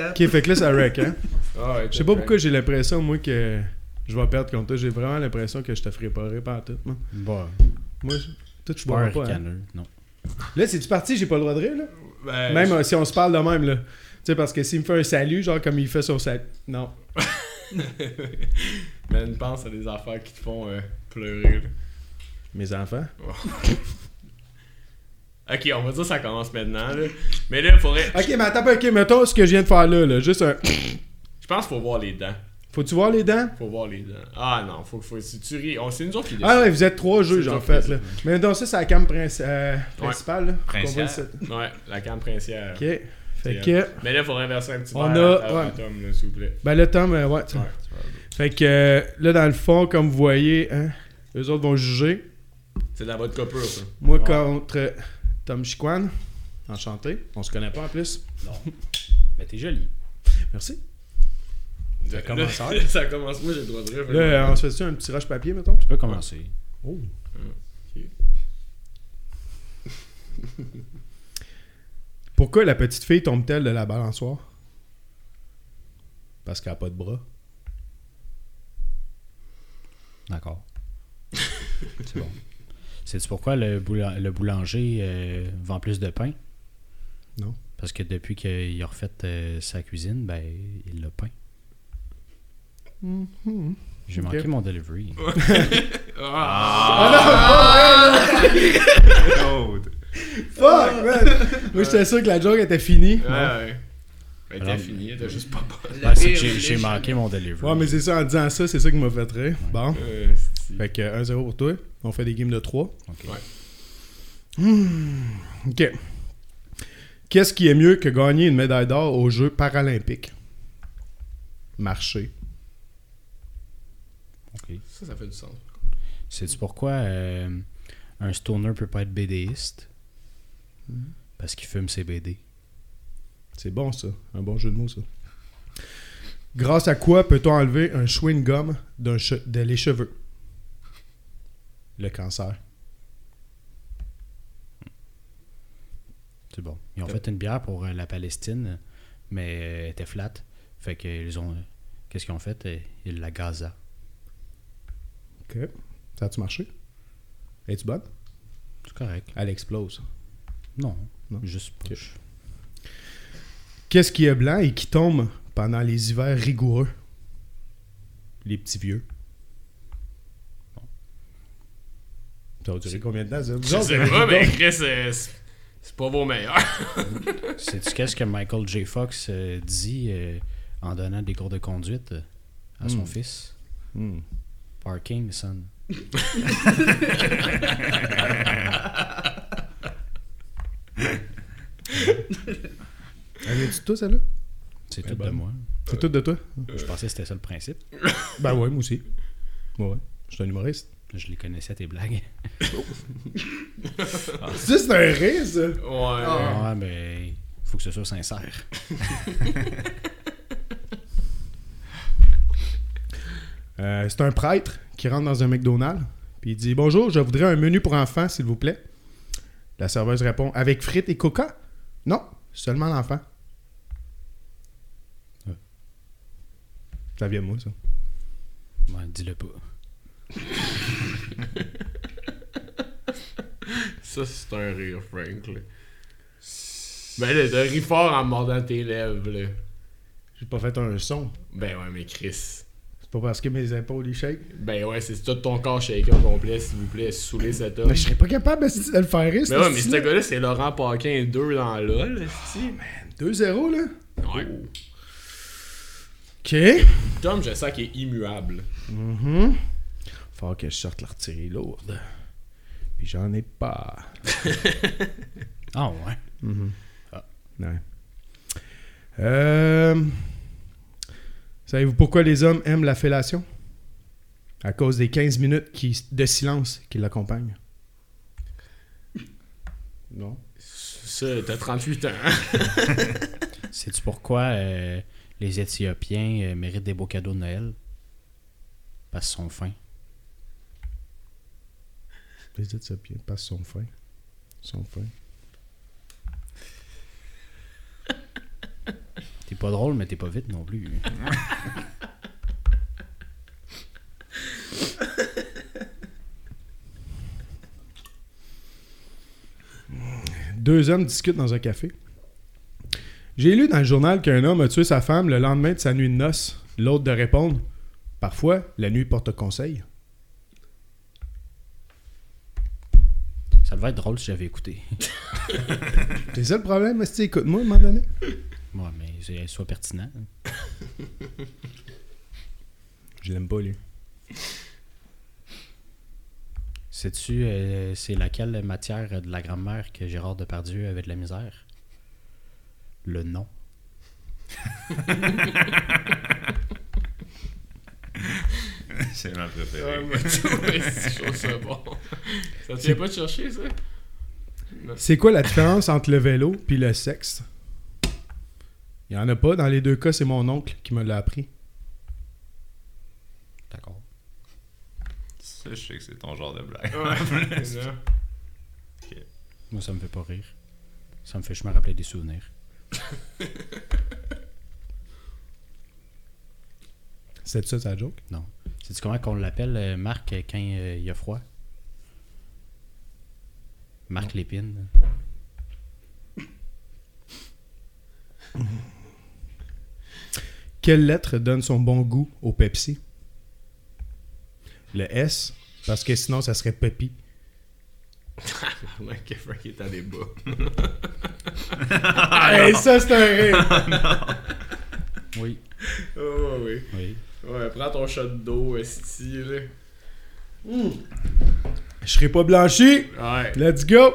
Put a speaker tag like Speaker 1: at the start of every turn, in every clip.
Speaker 1: Ok, fait que là, ça wreck, hein?
Speaker 2: Ah, ouais,
Speaker 1: Je sais pas pourquoi j'ai l'impression, moi, que je vais perdre contre toi. J'ai vraiment l'impression que je te ferai pas rire par tout, moi.
Speaker 3: Bon,
Speaker 1: Moi, je- toi, tu bois
Speaker 3: pas
Speaker 1: pas. hein.
Speaker 3: ricaneux, non.
Speaker 1: Là, c'est-tu parti? J'ai pas le droit de rire, là?
Speaker 2: Ben,
Speaker 1: Même
Speaker 2: je-
Speaker 1: euh, si on se parle de même, là. Tu sais, parce que s'il me fait un salut, genre comme il fait sur sa. Non.
Speaker 2: Man, pense à des affaires qui te font euh, pleurer. là.
Speaker 1: Mes enfants.
Speaker 2: Ok, on va dire que ça commence maintenant. Là. Mais là, faudrait.
Speaker 1: Ok, mais attends, ok, mettons ce que je viens de faire là, là. Juste un.
Speaker 2: Je pense qu'il faut voir les dents.
Speaker 1: Faut-tu voir les dents?
Speaker 2: Faut voir les dents. Ah non, faut, faut, si tu ris. On, c'est nous autres qui
Speaker 1: Ah ouais, vous êtes trois juges
Speaker 2: C'est
Speaker 1: en
Speaker 2: ton
Speaker 1: fait.
Speaker 2: plaisir.
Speaker 1: Là. Mais donc ça, c'est la cam princi- euh, principale. là. Faut qu'on voit
Speaker 4: Princière.
Speaker 1: ça.
Speaker 2: Ouais, la canne princière.
Speaker 1: Ok. Fait
Speaker 2: C'est,
Speaker 1: que.
Speaker 2: Mais là, il faudrait verser un petit
Speaker 1: On
Speaker 2: verre
Speaker 1: a-
Speaker 2: à- à
Speaker 1: ouais.
Speaker 2: Tom, là, s'il vous plaît.
Speaker 1: Ben là, Tom, euh, ouais. tu-
Speaker 2: Ouais.
Speaker 1: Fait que euh, là, dans le fond, comme vous voyez, hein, eux autres vont juger.
Speaker 2: C'est de la vodka pure, ça.
Speaker 1: Moi contre euh, Tom Chiquan. Enchanté. On se connaît pas en plus.
Speaker 3: Mais t'es joli.
Speaker 1: Merci.
Speaker 2: Ça
Speaker 3: commence à-
Speaker 2: ça commence. Moi, j'ai le droit de rire.
Speaker 1: Là,
Speaker 2: fait
Speaker 1: euh, on se fait un petit rush papier, mettons?
Speaker 3: Tu peux commencer.
Speaker 1: Oh. Pourquoi la petite fille tombe-t-elle de la balançoire? Parce qu'elle a pas de bras.
Speaker 3: D'accord. c'est bon. Sais-tu pourquoi le, boula- le boulanger euh, vend plus de pain?
Speaker 1: Non.
Speaker 3: Parce que depuis qu'il a refait euh, sa cuisine, ben, il l'a peint. J'ai
Speaker 1: Mm-hmm. Ok.
Speaker 3: manqué mon delivery.
Speaker 2: que- Ah,
Speaker 4: Claude.
Speaker 1: Fuck, man! Moi, j'étais sûr que la joke était finie.
Speaker 2: ouais, ouais. Ben, t'as
Speaker 3: Alors-
Speaker 2: fini,
Speaker 1: euh,
Speaker 2: t'as juste pas peur.
Speaker 3: Ah, c'est que j'ai j'ai manqué mon delivery.
Speaker 1: Ouais, mais c'est ça, en disant ça, c'est ça qui m'a fait rire. Bon.
Speaker 2: Euh, c'est-
Speaker 1: Fait que euh, 1-0 pour toi. On fait des games de 3.
Speaker 3: Ok.
Speaker 2: Ouais.
Speaker 1: OK. Qu'est-ce qui est mieux que gagner une médaille d'or aux Jeux paralympiques? Marcher.
Speaker 3: Ok.
Speaker 2: Ça, ça fait du sens.
Speaker 3: Sais-tu pourquoi euh, un stoner peut pas être BDiste?
Speaker 1: Hmm.
Speaker 3: Parce qu'il fume ses BD.
Speaker 1: C'est bon, ça. Un bon jeu de mots, ça. Grâce à quoi peut-on enlever un chewing-gum d'un che- de les cheveux? Le cancer.
Speaker 3: C'est bon. Ils ont fait une bière pour euh, la Palestine, mais euh, elle était flat. Fait qu'ils ont. Qu'est-ce qu'ils ont fait? Euh, Ils la gaza.
Speaker 1: OK. Ça a-tu marché? Es-tu bonne?
Speaker 3: C'est correct.
Speaker 1: Elle explose.
Speaker 3: Non.
Speaker 1: Non?
Speaker 3: Juste poche.
Speaker 1: Qu'est-ce qui est blanc et qui tombe pendant les hivers rigoureux? Les petits vieux. Ça va durer combien de temps, ça? Vous
Speaker 2: Je
Speaker 1: autres,
Speaker 2: sais
Speaker 1: vous
Speaker 2: pas,
Speaker 1: avez-
Speaker 2: mais Chris, euh, c'est c'est pas vos meilleurs.
Speaker 3: Sais-tu qu'est-ce que Michael J. Fox euh, dit euh, en donnant des cours de conduite euh, à son fils?
Speaker 1: Hmm.
Speaker 3: Parking, son.
Speaker 1: Elle vient-tu de toi, celle-là?
Speaker 3: C'est
Speaker 1: Eh
Speaker 3: tout de
Speaker 1: ben. Euh.
Speaker 3: moi.
Speaker 1: C'est tout de toi?
Speaker 3: Je pensais que c'était ça le principe.
Speaker 1: Ben ouais, moi aussi. Ouais, ouais. Je suis un humoriste.
Speaker 3: Je les connaissais, tes blagues.
Speaker 1: Ça, c'est un rire, ça!
Speaker 2: Ouais.
Speaker 1: Ah.
Speaker 3: Ouais, mais faut que ce soit sincère.
Speaker 1: Euh, c'est un prêtre qui rentre dans un McDonald's, puis il dit Bonjour, je voudrais un menu pour enfants, s'il vous plaît. La serveuse répond Avec frites et coca Non, seulement l'enfant.
Speaker 3: Ouais.
Speaker 1: Ça vient de moi, ça.
Speaker 3: Ouais, dis-le pas.
Speaker 2: Ça, c'est un rire, Frank. Là. Ben là, t'as ri fort en mordant tes lèvres. Là.
Speaker 1: J'ai pas fait un son.
Speaker 2: Ben ouais, mais Chris.
Speaker 1: C'est pas parce que mes épaules ils shake.
Speaker 2: Ben ouais, c'est tout ton corps shaker complet, s'il vous plaît, saoulez cet homme.
Speaker 1: Mais je serais pas capable esti, de le faire rire.
Speaker 2: Mais ouais, mais ce gars-là, c'est Laurent Paquin 2 dans LOL, esti.
Speaker 1: 2-0, là.
Speaker 2: Ouais.
Speaker 1: Ok.
Speaker 2: Tom, je sens qu'il est immuable.
Speaker 1: Mhm. Faut que je sorte l'artillerie lourde. Puis j'en ai pas.
Speaker 3: Ah ouais.
Speaker 1: Ouais. Euh, Savez-vous pourquoi les hommes aiment la fellation? À cause des 15 minutes qui- de silence qui l'accompagnent. Non.
Speaker 2: Ça, t'as 38 ans.
Speaker 3: Sais-tu pourquoi euh, les Éthiopiens euh, méritent des beaux cadeaux de Noël? Parce qu'ils sont fins.
Speaker 1: Les Éthiopiens passent son fin. Son fin.
Speaker 3: T'es pas drôle, mais t'es pas vite non plus.
Speaker 1: Deux hommes discutent dans un café. J'ai lu dans le journal qu'un homme a tué sa femme le lendemain de sa nuit de noces. L'autre de répondre Parfois, la nuit porte conseil.
Speaker 3: Ça devait être drôle si j'avais écouté.
Speaker 1: C'est ça le problème, si écoute-moi à un moment donné.
Speaker 3: Ouais, mais c'est- sois pertinent.
Speaker 1: Je l'aime pas, lui.
Speaker 3: Sais-tu, euh, c'est laquelle matière euh, de la grammaire que Gérard Depardieu avait de la misère Le nom.
Speaker 4: C'est ma
Speaker 2: Ouais,
Speaker 4: préférée.
Speaker 2: mais tu vois, je trouve ça bon. Ça te vient pas de chercher, ça?
Speaker 1: C'est quoi la différence entre le vélo puis le sexe Il y en a pas. Dans les deux cas, c'est mon oncle qui me l'a appris.
Speaker 3: D'accord.
Speaker 4: Ça, je sais que c'est ton genre de blague.
Speaker 2: Ouais, c'est ça.
Speaker 3: Moi, ça me fait pas rire. Ça me fait juste me rappeler des souvenirs.
Speaker 1: C'est ça ta joke
Speaker 3: Non. Sais-tu comment qu'on l'appelle, euh, Marc, euh, quand euh, il y a froid Marc Lépine.
Speaker 1: Quelle lettre donne son bon goût au Pepsi Le S, parce que sinon, ça serait Peppy.
Speaker 2: Tabarnak, Ah, que Frank est allé bas.
Speaker 1: Hey, ça, c'est un rire
Speaker 3: Oui.
Speaker 2: Oh, ouais,
Speaker 3: Oui.
Speaker 2: ouais. Ouais, prends ton shot d'eau, esti, là.
Speaker 1: Hmm. Je serai pas blanchi
Speaker 2: Ouais.
Speaker 1: Let's go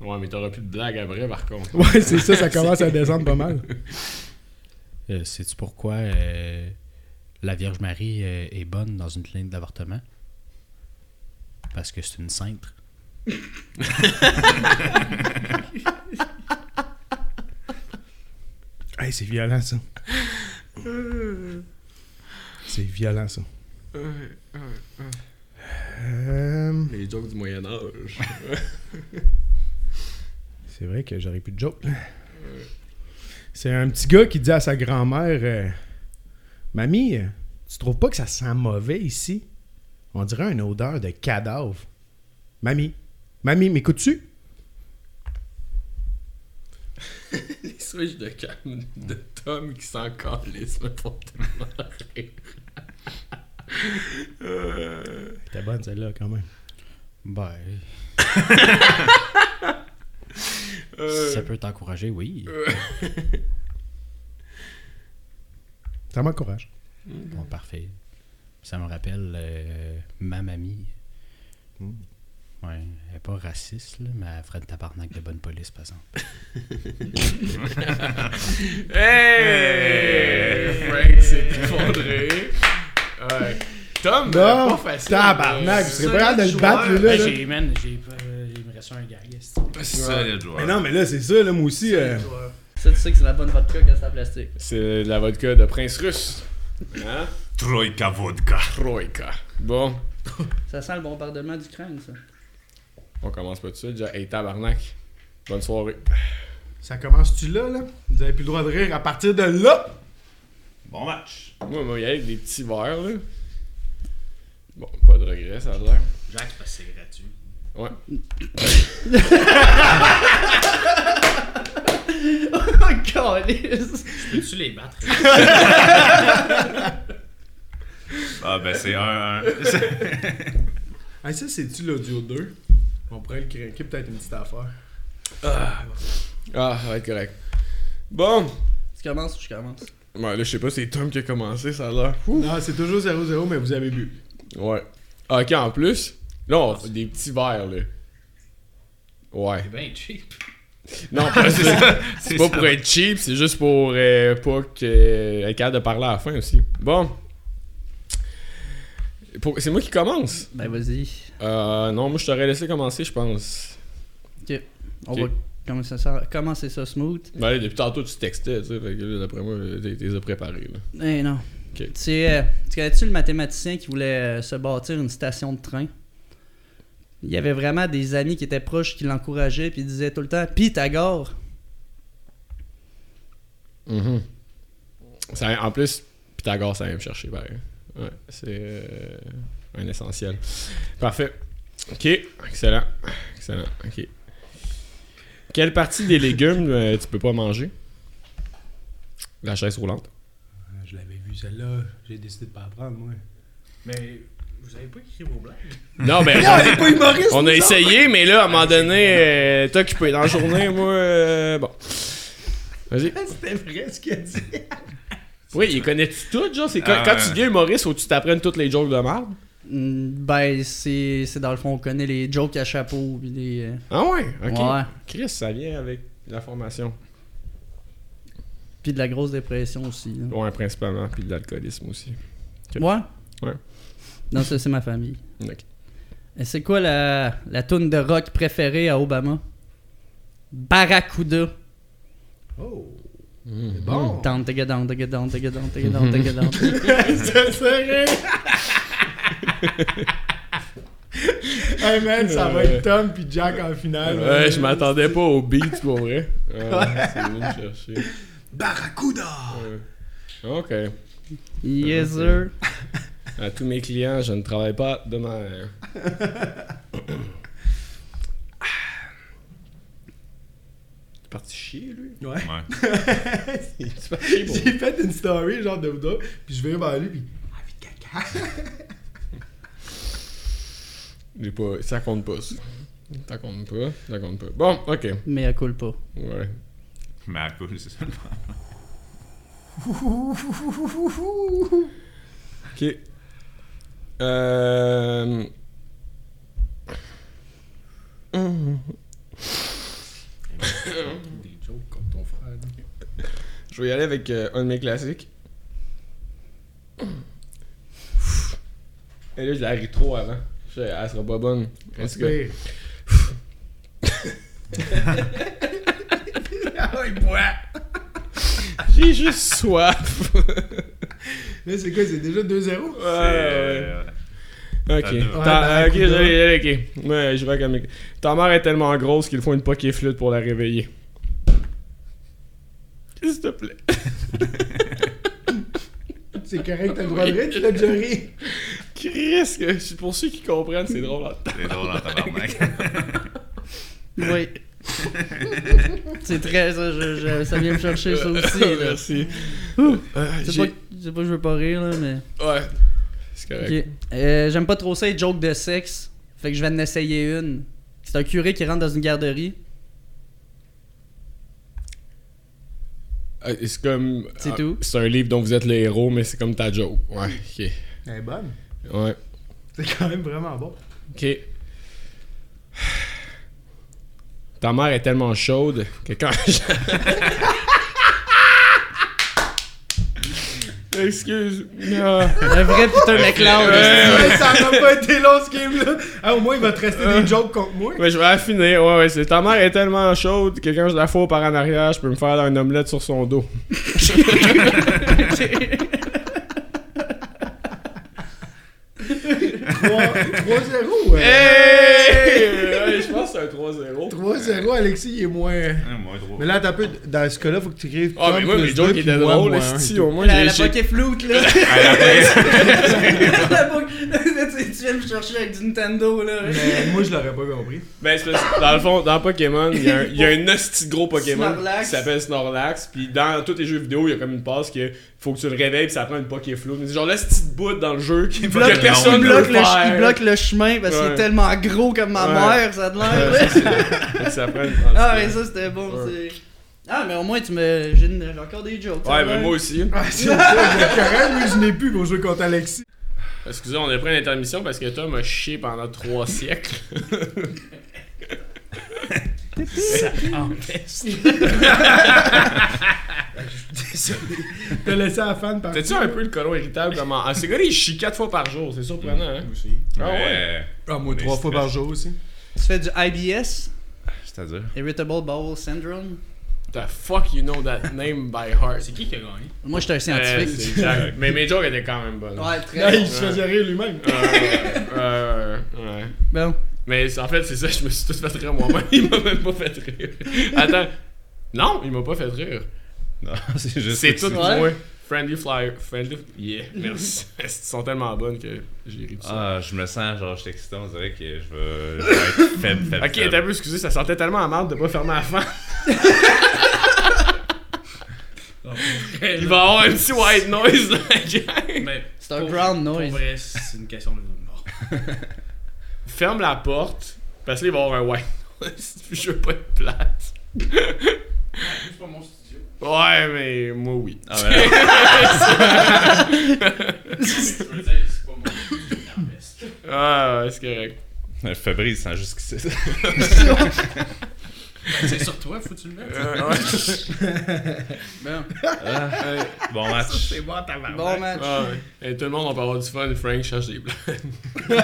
Speaker 2: Ouais, mais t'auras plus de blague après, par contre.
Speaker 1: Ouais, c'est ça, ça commence à descendre pas mal.
Speaker 3: Euh, Sais-tu pourquoi euh, la Vierge Marie euh, est bonne dans une clinique d'avortement Parce que c'est une sainte.
Speaker 1: Hey, c'est violent, ça. C'est violent, ça. Euh,
Speaker 2: Les jokes du Moyen-Âge.
Speaker 1: C'est vrai que j'aurais plus de joke. C'est un petit gars qui dit à sa grand-mère euh, Mamie, euh, tu trouves pas que ça sent mauvais ici On dirait une odeur de cadavre. Mamie, mamie, m'écoutes-tu
Speaker 2: Les switches de cam de Tom qui s'en calisse me font tellement rire. Euh,
Speaker 1: T'es bonne celle-là quand même.
Speaker 3: Ben, si ça
Speaker 2: euh,
Speaker 3: peut t'encourager, oui.
Speaker 1: Ça m'encourage.
Speaker 3: Bon, parfait. Ça me rappelle euh, ma mamie.
Speaker 1: Mm.
Speaker 3: Ouais, elle est pas raciste, là, mais elle ferait de tabarnak de bonne police, par exemple.
Speaker 2: Hey! Frank s'est effondré. Ouais. Tom,
Speaker 1: Non,
Speaker 2: euh, Ben, pas facile. euh,
Speaker 1: tabarnak,
Speaker 2: mais-
Speaker 1: vous serez pas capable de le battre, lui,
Speaker 2: Ben,
Speaker 1: là. là.
Speaker 3: man, j'ai
Speaker 5: euh,
Speaker 3: me ça un gag.
Speaker 4: C'est ça, le joueur.
Speaker 1: Mais non, mais là, c'est ça, là, moi aussi. euh,
Speaker 6: Ça, tu sais que c'est la bonne vodka quand c'est en plastique.
Speaker 2: C'est de la vodka de Prince Russe. Hein?
Speaker 4: Troika Vodka.
Speaker 2: Troika. Bon,
Speaker 6: Ça sent le bombardement d'Ukraine, ça.
Speaker 2: on commence pas tout de suite. Déjà, hey, tabarnak. Bonne soirée.
Speaker 1: Ça commence-tu là, là Vous avez plus le droit de rire à partir de là
Speaker 4: Bon match.
Speaker 2: Moi, on va y aller avec des petits verres, là. Bon, pas de regret, ça a l'air.
Speaker 3: Jacques, parce que c'est gratuit.
Speaker 2: Ouais.
Speaker 6: Oh, calice!
Speaker 3: Peux-tu les battre?
Speaker 4: Ah, ben c'est 1-1.
Speaker 1: Ah, ça, c'est-tu l'audio 2 On pourrait le craquer peut-être une petite affaire.
Speaker 2: Ah, ça va être correct. Bon.
Speaker 6: Tu commences ou je commence?
Speaker 2: Ouais, là, je sais pas, c'est Tom qui a commencé, ça a l'air. Ouh.
Speaker 1: Non, c'est toujours 0-0, mais vous avez bu.
Speaker 2: Ouais. Ah, Ok, en plus, là, on fait des petits verres, là. Ouais.
Speaker 3: bien cheap.
Speaker 2: Non, pas- c'est
Speaker 4: C'est
Speaker 2: pas
Speaker 4: ça.
Speaker 2: pour être cheap, c'est juste pour euh, pas que, euh, être capable de parler à la fin aussi. Bon. Pour- C'est moi qui commence.
Speaker 6: Ben, vas-y.
Speaker 2: Euh, non, moi, je t'aurais laissé commencer, je pense.
Speaker 6: On
Speaker 2: Ok.
Speaker 6: va commencer ça, commencer ça smooth.
Speaker 2: Ben, là, depuis tantôt, tu textais, tu sais. Fait que là, d'après moi, t'es t'es préparé, là.
Speaker 6: Eh non.
Speaker 2: Ok.
Speaker 6: Tu, sais, euh, tu connais-tu le mathématicien qui voulait euh, se bâtir une station de train? Il y avait vraiment des amis qui étaient proches, qui l'encourageaient, puis ils disaient tout le temps Pythagore.
Speaker 2: Mhm. Ça- en plus, Pythagore, ça vient me chercher, pareil. Ouais, c'est euh, un essentiel. Parfait. Ok, excellent. Excellent, ok. Quelle partie des légumes euh, tu peux pas manger La chaise roulante.
Speaker 1: Ah, Je l'avais vu celle-là, j'ai décidé de pas la prendre, moi.
Speaker 5: Mais vous avez pas écrit vos blagues?
Speaker 2: Non, ben, mais.
Speaker 6: Ah,
Speaker 1: Non, elle est pas humoriste!
Speaker 2: On a essayé, mais là, à un moment donné, euh, t'es occupé dans la journée, moi. euh, bon. Vas-y.
Speaker 5: C'était vrai ce qu'il a dit.
Speaker 2: Oui, il connaît-tu tout, genre? C'est quand,
Speaker 4: Ah,
Speaker 2: quand
Speaker 4: ouais.
Speaker 2: tu deviens humoriste, faut que tu t'apprennes toutes les jokes de merde.
Speaker 6: Mm, Ben, c'est c'est dans le fond, on connaît les jokes à chapeau. Puis les, euh,
Speaker 2: Ah ouais? Ok.
Speaker 6: Ouais.
Speaker 2: Chris, ça vient avec la formation.
Speaker 6: Puis de la grosse dépression aussi. là.
Speaker 2: Ouais, principalement, puis de l'alcoolisme aussi. Ok.
Speaker 6: Ouais?
Speaker 2: Ouais.
Speaker 6: Non, ça, c'est ma famille.
Speaker 2: Ok.
Speaker 6: Et c'est quoi la, la toune de rock préférée à Obama? Barracuda.
Speaker 1: Oh!
Speaker 2: Mhm.
Speaker 1: C'est bon!
Speaker 6: Down, take it down, take it down, take it down, take it down, take it down.
Speaker 1: C'est serré! hey man, ça va être Tom puis Jack en
Speaker 5: Ah,
Speaker 1: finale.
Speaker 2: Ouais, je m'attendais pas au beat, pour vrai. Ouais, c'est venu me chercher.
Speaker 1: Barracuda!
Speaker 2: Ouais. Ok.
Speaker 6: Yes, sir.
Speaker 2: À tous mes clients, je ne travaille pas demain. T'es parti chier, lui?
Speaker 1: Ouais.
Speaker 4: Ouais.
Speaker 2: Il est parti chier pour
Speaker 1: J'ai fait une story genre de Bouddha, puis je vais vers lui, puis. Ah, vite, caca!
Speaker 2: J'ai pas... Ça compte pas, ça. Ça compte pas, ça compte pas. Bon, ok.
Speaker 6: Mais elle coule pas.
Speaker 2: Ouais.
Speaker 4: Mais à cause, c'est ça le problème.
Speaker 2: Ok. Euh...
Speaker 1: Des jokes comme ton frère.
Speaker 2: Je vais y aller avec euh, un de mes classiques. Et là, je la ris trop avant. Je- Elle sera pas bonne. Est-ce que...
Speaker 1: Respire.
Speaker 5: Ah, il boit!
Speaker 2: J'ai juste soif.
Speaker 1: Là, c'est quoi? C'est déjà 2-0?
Speaker 2: Ouais, ouais.
Speaker 4: Euh,
Speaker 2: Ok.
Speaker 4: t'as deux.
Speaker 1: Ouais,
Speaker 2: Ta- ok,
Speaker 1: t'as un coup
Speaker 2: j'allais- j'allais- ok. Ouais, je vais comme. Ta mère est tellement grosse qu'il faut une pocket flûte pour la réveiller. S'il te plaît.
Speaker 1: C'est correct, t'as le droit de rire, tu l'as déjà ri.
Speaker 2: Chris, que c'est pour ceux qui comprennent, c'est drôle. en temps.
Speaker 4: C'est drôle en tabarnak.
Speaker 6: Oui. c'est très ça, je, je- ça vient me chercher ça aussi. Là.
Speaker 2: Merci.
Speaker 6: Ouh.
Speaker 2: Euh,
Speaker 6: C'est
Speaker 2: j'ai-
Speaker 6: pas, c'est pas que je veux pas rire, là, mais.
Speaker 2: Ouais. C'est correct.
Speaker 6: Ok. Euh, J'aime pas trop ça, les jokes de sexe. Fait que je vais en essayer une. C'est un curé qui rentre dans une garderie.
Speaker 2: Euh, C'est comme.
Speaker 6: C'est
Speaker 2: ah,
Speaker 6: tout. Hmm.
Speaker 2: C'est un livre dont vous êtes le héros, mais c'est comme ta joke. Ouais, ok.
Speaker 1: Elle est bonne.
Speaker 2: Ouais.
Speaker 1: C'est quand même vraiment bon.
Speaker 2: Ok. Ta mère est tellement chaude que quand je- Excuse. Ah.
Speaker 6: Un vrai putain de clown.
Speaker 1: Ouais, ça n'a pas été long ce game-là. Ah, au moins, il va te rester des jokes contre moi.
Speaker 2: Ouais, je vais affiner. Ouais, ouais, c'est ta mère est tellement chaude que quand je la fourre par en arrière, je peux me faire un omelette sur son dos.
Speaker 6: Ok.
Speaker 1: 3-0. ouais.
Speaker 2: Hey! Ouais, je pense que c'est un 3-0.
Speaker 1: 3-0, Alexis, il est moins.
Speaker 4: Hein, Moins drôle.
Speaker 1: Mais là, t'as peu. Dans ce cas-là, faut que tu écrives.
Speaker 2: Ah, mais moi, mes jokes étaient drôles, hein. esti, au moins,
Speaker 6: la
Speaker 2: j'ai...
Speaker 6: la
Speaker 2: j'ai-
Speaker 6: pocket floute, là.
Speaker 4: Hey, après,
Speaker 6: La pocket- tu tu viens me chercher avec du Nintendo, là.
Speaker 1: Mais moi, je l'aurais pas compris.
Speaker 2: Ben, c'est parce que, dans le fond, dans Pokémon, il y a un, il y a un hostie de gros Pokémon
Speaker 6: Snorlax.
Speaker 2: qui s'appelle Snorlax. Puis dans tous les jeux vidéo, il y a comme une passe que faut que tu le réveilles, puis ça prend une Pokéflow. Mais C'est genre l'hostie de bout dans le jeu qui
Speaker 4: bloque-
Speaker 2: que personne
Speaker 6: il
Speaker 2: ne
Speaker 6: bloque,
Speaker 2: peut
Speaker 6: le,
Speaker 2: faire.
Speaker 6: il bloque le chemin parce qu'il
Speaker 2: Ouais.
Speaker 6: est tellement gros comme ma
Speaker 2: Ouais.
Speaker 6: mère, ça a de l'air.
Speaker 2: Ouais,
Speaker 6: là.
Speaker 2: ça, c'est- fait que ça prend une passe.
Speaker 6: ah, mais ça c'était bon.
Speaker 2: Ouais.
Speaker 6: c'est... Ah, mais au moins, tu me. J'ai une- j'ai encore des jokes. ça
Speaker 2: Ouais,
Speaker 6: va.
Speaker 2: ben moi aussi.
Speaker 1: Ah, c'est ça, c'est correct, mais je n'ai plus qu'on joue contre Alexis.
Speaker 2: Excusez, on a pris une intermission parce que Tom a chié pendant trois siècles.
Speaker 1: T'as laissé à la fan par.
Speaker 2: T'as-tu un peu le colon irritable comment Ah, ce gars-là, il chie quatre fois par jour, c'est surprenant, hein.
Speaker 1: aussi.
Speaker 2: Ah ouais.
Speaker 4: ouais.
Speaker 1: Ah, moi,
Speaker 4: Mais
Speaker 1: trois
Speaker 4: c'est
Speaker 1: fois par jour aussi.
Speaker 6: Tu fais du IBS,
Speaker 4: C'est-à-dire.
Speaker 6: Irritable Bowel Syndrome.
Speaker 2: The fuck you know that name by heart.
Speaker 5: C'est qui qui a gagné?
Speaker 6: Moi, j'étais un
Speaker 2: Euh,
Speaker 6: scientifique.
Speaker 2: c'est exact. Mais mes jokes étaient quand même bonnes.
Speaker 6: ouais,
Speaker 1: Là,
Speaker 6: très
Speaker 1: il
Speaker 6: bon.
Speaker 1: se faisait rire lui-même.
Speaker 2: Euh, euh, ouais.
Speaker 6: Bon.
Speaker 2: Mais c'est- en fait, c'est ça, je me suis tout fait rire moi-même. Il m'a même pas fait rire. Attends. Non, il m'a pas fait rire.
Speaker 4: Non, c'est juste.
Speaker 2: C'est
Speaker 4: que
Speaker 2: tout
Speaker 4: c'est-
Speaker 6: Ouais.
Speaker 2: moi. Friendly Flyer. Friendly. Yeah, merci. Elles sont tellement bonnes que j'ai ri de ça.
Speaker 4: Ah, je me sens genre, je suis excité, on dirait que je veux, je veux être faible,
Speaker 5: Ah,
Speaker 4: faible.
Speaker 2: ok,
Speaker 4: faible.
Speaker 2: t'as peu, excusez, ça sentait tellement à marde de pas fermer la fente. Il va y avoir un petit white noise dans la gang.
Speaker 5: Mais
Speaker 6: C'est un
Speaker 5: pour-
Speaker 6: brown
Speaker 5: pour
Speaker 6: noise.
Speaker 5: vrai, c'est une question de mort.
Speaker 2: Ferme la porte, parce qu'il va y avoir un white noise. Puis je veux pas être plate.
Speaker 5: C'est pas mon studio.
Speaker 2: Ouais, mais moi oui.
Speaker 4: Ah, mais non.
Speaker 5: Je veux dire, c'est pas mon studio.
Speaker 2: Ah, ouais, c'est correct.
Speaker 4: Mais Fabrice, sent juste que c'est ça.
Speaker 5: C'est sur toi, faut-tu le mettre?
Speaker 2: Euh, ouais.
Speaker 6: Bon,
Speaker 4: Bon match.
Speaker 5: C'est bon, t'as marre.
Speaker 6: bon match.
Speaker 2: Ah, ouais. Et tout le monde, on peut avoir du fun. Frank cherche des blagues.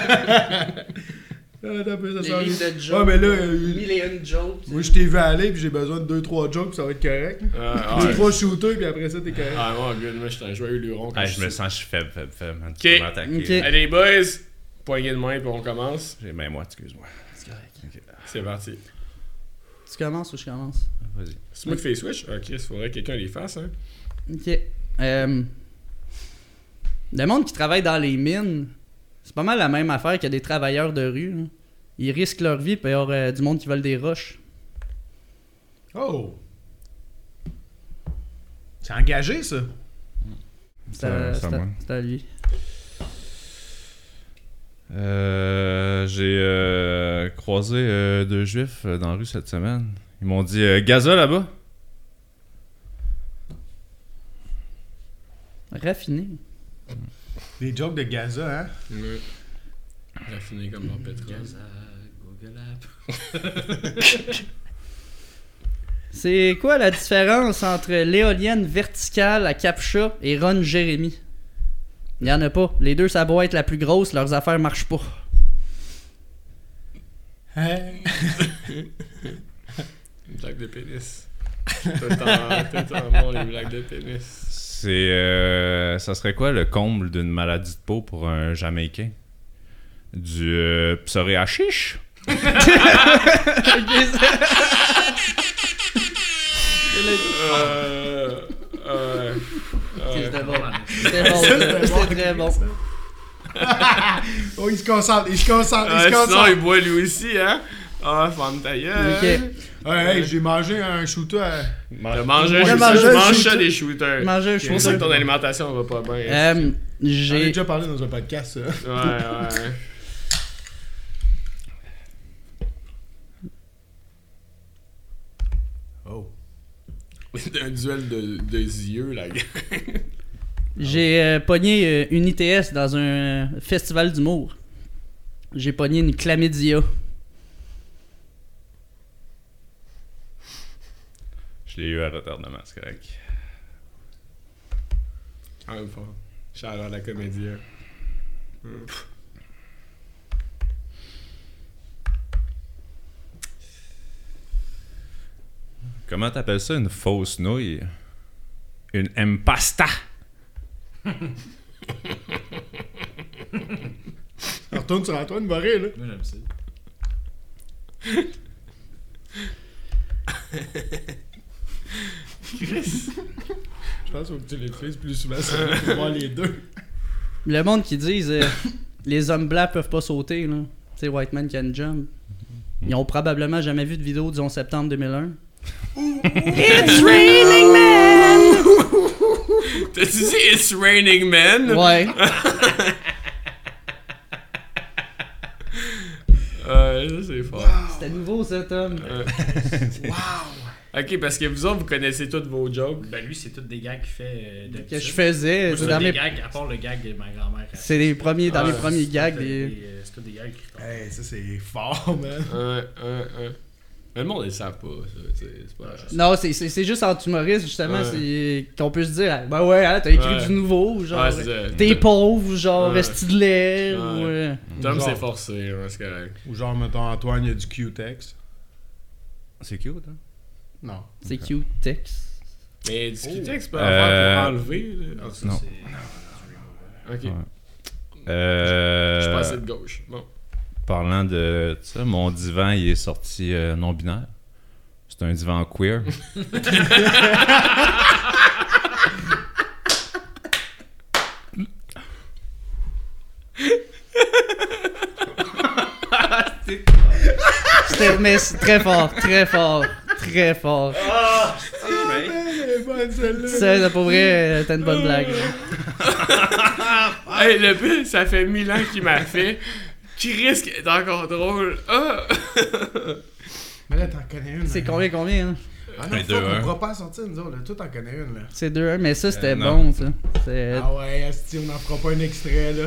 Speaker 1: Ah, t'as peu, ça
Speaker 6: Les
Speaker 1: s'en
Speaker 6: livres
Speaker 1: vient.
Speaker 6: de
Speaker 1: Ouais,
Speaker 6: jokes.
Speaker 1: mais là, euh,
Speaker 6: Mille et une jokes.
Speaker 1: moi, je t'ai vu aller, puis j'ai besoin de 2-3 jokes, puis ça va être correct.
Speaker 2: Ah, ouais.
Speaker 1: 2-3 shooters, puis après ça, t'es correct.
Speaker 2: Ah, moi, good, moi, j'étais un joyeux luron. quand
Speaker 4: Ah, je me
Speaker 2: suis-
Speaker 4: sens, je suis faible, faible, faible. man.
Speaker 2: Ok.
Speaker 4: Tu peux m'attaquer.
Speaker 6: Ok.
Speaker 2: Allez, les boys, poignée de main, puis on commence.
Speaker 4: J'ai même moi, excuse-moi.
Speaker 6: C'est correct.
Speaker 2: C'est parti.
Speaker 6: Tu commences ou je commence?
Speaker 4: Vas-y.
Speaker 2: C'est moi qui fais les switch? Ok, il faudrait que quelqu'un les fasse, hein.
Speaker 6: Ok. Euh, le monde qui travaille dans les mines, c'est pas mal la même affaire que des travailleurs de rue. là. Ils risquent leur vie, puis il y aura euh, du monde qui vole des roches.
Speaker 1: Oh! C'est engagé, ça.
Speaker 6: C'est
Speaker 4: Ça-
Speaker 6: à-
Speaker 4: ça
Speaker 6: c'est à-
Speaker 4: moi.
Speaker 6: c'est à lui.
Speaker 4: Euh, j'ai euh, croisé euh, deux juifs euh, dans la rue cette semaine. Ils m'ont dit euh, Gaza là-bas.
Speaker 6: Raffiné.
Speaker 1: Des jokes de Gaza, hein?
Speaker 2: Ouais. Raffiné comme leur pétrole.
Speaker 5: Google App.
Speaker 6: C'est quoi la différence entre l'éolienne verticale à Captcha et Ron Jérémy? Il y en a pas. Les deux, ça doit être la plus grosse, leurs affaires marchent pas.
Speaker 2: Une blague de pénis. Tout en, tout en bon, les blagues de pénis.
Speaker 4: C'est. euh, ça serait quoi le comble d'une maladie de peau pour un Jamaïcain Du euh, psoriasis
Speaker 2: Euh. Euh. euh,
Speaker 6: C'était bon. C'était bon. ça. C'était très bon.
Speaker 1: Oh, il se concentre, il se concentre, il se
Speaker 2: euh, sinon,
Speaker 1: concentre.
Speaker 2: il boit lui aussi, hein. Ah, femme ta gueule.
Speaker 6: Ok.
Speaker 1: Hey, hey, j'ai mangé un shooter à...
Speaker 2: T'as mangé,
Speaker 1: J'ai
Speaker 2: un
Speaker 1: mangé
Speaker 2: shooter,
Speaker 1: un
Speaker 2: tu manges
Speaker 1: shooter.
Speaker 2: ça, des shooters.
Speaker 6: Manger un
Speaker 2: C'est pour ça que
Speaker 6: chou.
Speaker 2: ton alimentation va pas bien.
Speaker 6: Euh,
Speaker 1: J'en ai
Speaker 6: J'ai.
Speaker 1: déjà parlé dans un podcast, ça.
Speaker 2: Ouais, ouais.
Speaker 1: Oh.
Speaker 2: C'est un duel de, de yeux, la gueule.
Speaker 6: J'ai euh, pogné euh, une ITS dans un euh, festival d'humour. J'ai pogné une chlamydia.
Speaker 4: Je l'ai eu à retardement, c'est correct.
Speaker 2: Ah, fort. Charles la comédie. hein. Hmm.
Speaker 4: Comment t'appelles ça une fausse nouille Une empasta
Speaker 1: On retourne sur Antoine Boré, là.
Speaker 5: Moi, j'aime ça.
Speaker 1: Je pense au petit l'utilises plus souvent, ça va pour voir les deux.
Speaker 6: Le monde qui disent euh, les hommes blancs peuvent pas sauter, là. Tu sais, White Man Can Jump. Ils ont probablement jamais vu de vidéo du 11 septembre 2001. It's raining man!
Speaker 2: T'as-tu dit It's Raining Men?
Speaker 6: Ouais.
Speaker 2: Euh, ça, c'est fort.
Speaker 6: C'était nouveau cet homme.
Speaker 2: Ok, parce que vous autres, vous connaissez toutes vos jokes.
Speaker 5: Ben, lui, c'est tous des gags qu'il fait euh, d'habitude.
Speaker 6: Que je faisais.
Speaker 5: Moi,
Speaker 6: C'est
Speaker 5: c'est
Speaker 6: dans
Speaker 5: des
Speaker 6: mes-
Speaker 5: gags, à part le gag de ma grand-mère.
Speaker 6: C'est les premiers, dans
Speaker 2: Ah,
Speaker 6: mes premiers
Speaker 5: C'est
Speaker 6: gags.
Speaker 5: tous
Speaker 6: Des...
Speaker 5: euh, C'est tous des gags qui tombent.
Speaker 1: Hey, ça, c'est fort, man.
Speaker 2: Un, un, un. Mais le monde, ils le savent pas, ça. tu sais, C'est pas.
Speaker 6: Non, c'est- c'est c'est juste en humoriste, justement,
Speaker 2: Ouais.
Speaker 6: c'est qu'on peut se dire, ah, ben ouais, hein, t'as écrit
Speaker 2: Ouais.
Speaker 6: du nouveau, genre. euh,
Speaker 2: Ouais, c'est ça.
Speaker 6: T'es pauvre, genre,
Speaker 2: Ouais.
Speaker 6: esti de l'air,
Speaker 2: Ouais.
Speaker 6: ou. euh,
Speaker 2: Tom
Speaker 1: Genre.
Speaker 2: s'est forcé, ouais, c'est correct.
Speaker 1: Ou genre, mettons, Antoine, il y a du Q-Tex.
Speaker 4: C'est cute, hein
Speaker 1: Non.
Speaker 6: C'est cute, texte.
Speaker 2: Mais
Speaker 6: Oh.
Speaker 2: discuter, que c'est pas
Speaker 4: Euh,
Speaker 2: affaire pour enlever, là. Ah, ça,
Speaker 4: Non.
Speaker 2: c'est- Ok. Je suis
Speaker 4: Euh,
Speaker 2: passé de gauche. Bon.
Speaker 4: Parlant de de ça, mon divan, il est sorti euh, non-binaire. C'est un divan queer.
Speaker 6: C'était- Mais c'est très fort, très fort, très fort.
Speaker 2: Ah,
Speaker 6: Ça, là, pour vrai, euh, t'as une bonne blague. là.
Speaker 2: Hey, le pire, ça fait mille ans qu'il m'a fait. Qui risque est encore drôle. Ah!
Speaker 1: Mais là, t'en connais une.
Speaker 6: C'est
Speaker 1: là.
Speaker 6: combien, combien, hein?
Speaker 1: Ah
Speaker 4: Un,
Speaker 1: non, fuck,
Speaker 4: deux,
Speaker 1: on
Speaker 4: un.
Speaker 1: pourra pas en sortir, nous autres. là. Toi, t'en connais une, là.
Speaker 6: C'est deux, hein, mais ça, c'était
Speaker 4: Euh, non.
Speaker 6: bon, ça. C'est...
Speaker 1: Ah ouais, Asti, on en fera pas un extrait, là.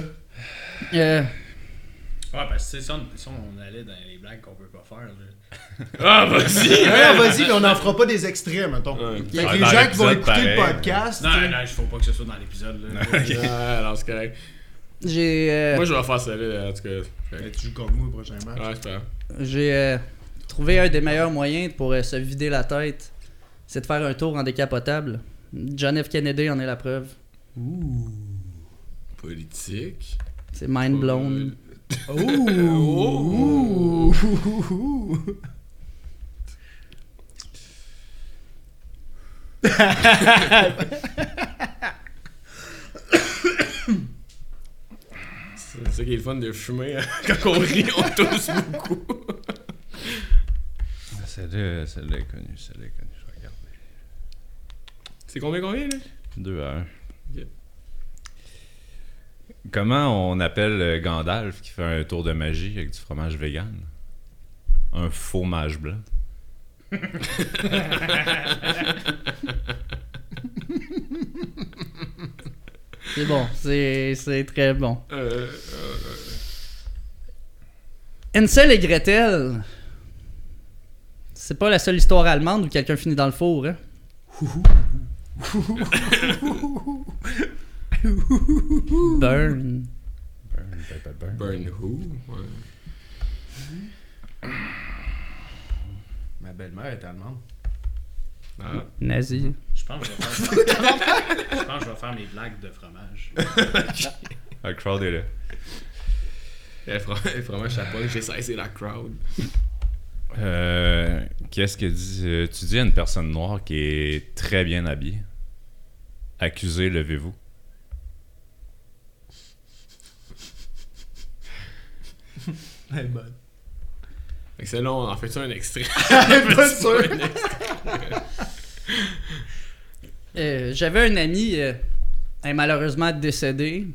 Speaker 6: euh,
Speaker 5: Ouais, parce que tu sais, si on, si on allait dans les blagues qu'on peut pas faire, là.
Speaker 2: Ah, vas-y!
Speaker 1: Ouais, vas-y, mais on en fera pas des extraits, mettons. Fait que
Speaker 4: Ouais,
Speaker 1: les
Speaker 4: dans
Speaker 1: gens qui vont
Speaker 4: l'épisode,
Speaker 1: écouter le
Speaker 4: pareil.
Speaker 1: podcast. tu sais.
Speaker 5: Non, non, il faut pas que ce soit dans l'épisode, là.
Speaker 2: Ah, non, c'est correct.
Speaker 6: j'ai... euh,
Speaker 2: Moi, je vais faire celle-là, en tout cas.
Speaker 1: Là, tu joues contre moi le prochain match.
Speaker 2: Ouais, c'est pas grave.
Speaker 6: J'ai euh, trouvé un des meilleurs moyens pour euh, se vider la tête. C'est de faire un tour en décapotable. John F. Kennedy en est la preuve.
Speaker 2: Politique.
Speaker 6: C'est mind blown.
Speaker 1: Ouh!
Speaker 2: C'est ça qui est le fun de fumer. hein. Quand on rit, on tousse beaucoup.
Speaker 4: Celle-là, celle-là est connue, celle-là est connue. Je vais regarder.
Speaker 2: C'est combien, combien, là?
Speaker 4: 2 à 1.
Speaker 2: Ok.
Speaker 4: Comment on appelle euh, Gandalf qui fait un tour de magie avec du fromage vegan? Un fromage blanc.
Speaker 6: C'est bon, c'est c'est très bon.
Speaker 2: Euh,
Speaker 6: Ansel et Gretel. C'est pas la seule histoire allemande où quelqu'un finit dans le four, hein? Burn.
Speaker 2: burn who? Ouais.
Speaker 1: Ma belle-mère est allemande.
Speaker 2: Ah.
Speaker 6: Nazi.
Speaker 5: Je pense que je vais faire. Je pense que je vais faire mes blagues de fromage.
Speaker 4: La Ah, crowd est là.
Speaker 2: Et vraiment, je sais pas, j'ai cessé la crowd.
Speaker 4: Euh, Qu'est-ce que dis- euh, tu dis à une personne noire qui est très bien habillée? Accusé, levez-vous.
Speaker 1: Elle est bonne.
Speaker 2: Excellent, on en fait ça un extrait.
Speaker 1: Elle est pas sûre.
Speaker 6: Euh, J'avais un ami, euh, elle est malheureusement décédé,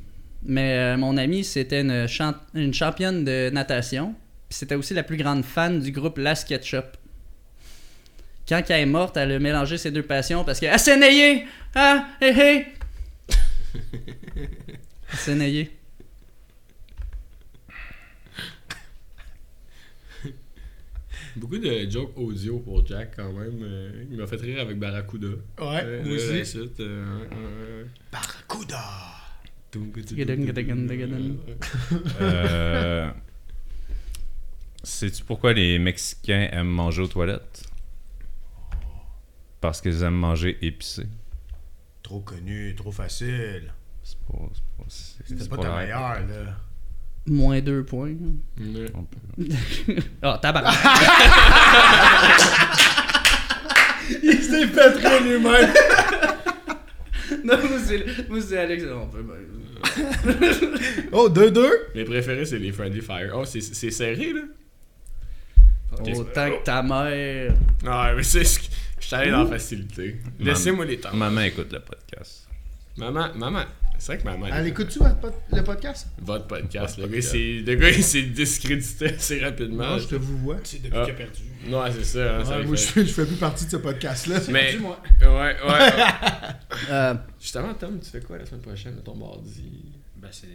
Speaker 6: mais euh, mon ami, c'était une, chan- une championne de natation. Puis c'était aussi la plus grande fan du groupe Las Ketchup. Quand elle est morte, elle a mélangé ses deux passions parce que Assénayé! Ah! Hé hé! Assénayé.
Speaker 2: Beaucoup de jokes audio pour Jack quand même. euh, Il m'a fait rire avec Barracuda.
Speaker 1: Ouais,
Speaker 2: Euh,
Speaker 1: moi
Speaker 2: la
Speaker 1: aussi.
Speaker 2: suite, euh, ouais, ouais, ouais.
Speaker 1: Barracuda!
Speaker 2: Toum, petit,
Speaker 6: Tigadun,
Speaker 2: toum,
Speaker 6: tigadun,
Speaker 2: toum,
Speaker 6: tigadun.
Speaker 2: euh,
Speaker 4: Euh, Sais-tu pourquoi les Mexicains aiment manger aux toilettes? Parce qu'ils aiment manger épicé.
Speaker 1: Trop connu, trop facile.
Speaker 4: C'est pas, c'est pas- c'est-
Speaker 1: C'était
Speaker 4: c'est
Speaker 1: pas ta
Speaker 4: la-
Speaker 1: meilleure, là.
Speaker 6: Moins deux points.
Speaker 2: euh,
Speaker 4: on peut-
Speaker 6: Ah, tabac.
Speaker 1: Il s'est fait très lui-même.
Speaker 6: non, moi c'est- moi, c'est Alex. Non, on peut pas-
Speaker 1: Oh, 2-2?
Speaker 2: Mes préférés, c'est les Friendly Fire. Oh, c'est- c'est serré, là?
Speaker 6: Autant que ta mère.
Speaker 2: Ah, mais c'est ce que... Je suis allé dans la facilité. Laissez-moi les temps.
Speaker 4: Maman écoute le podcast.
Speaker 2: Maman, maman. C'est vrai que maman...
Speaker 1: Elle écoute-tu votre pod- le podcast?
Speaker 2: Votre Ah. podcast. Le gars, il s'est- le gars, il s'est discrédité assez rapidement.
Speaker 1: Non, je te vous vois.
Speaker 5: C'est depuis
Speaker 2: Ah.
Speaker 5: qu'il a perdu.
Speaker 2: Non, c'est ça. hein, ça
Speaker 1: Ouais,
Speaker 2: lui
Speaker 1: moi, je,
Speaker 2: fait-
Speaker 1: fais, je fais plus partie de ce podcast-là.
Speaker 2: Mais...
Speaker 5: Dis-moi.
Speaker 2: Ouais, ouais.
Speaker 6: Euh,
Speaker 2: Justement, Tom, tu fais quoi la semaine prochaine, ton mardi?
Speaker 5: Ben, c'est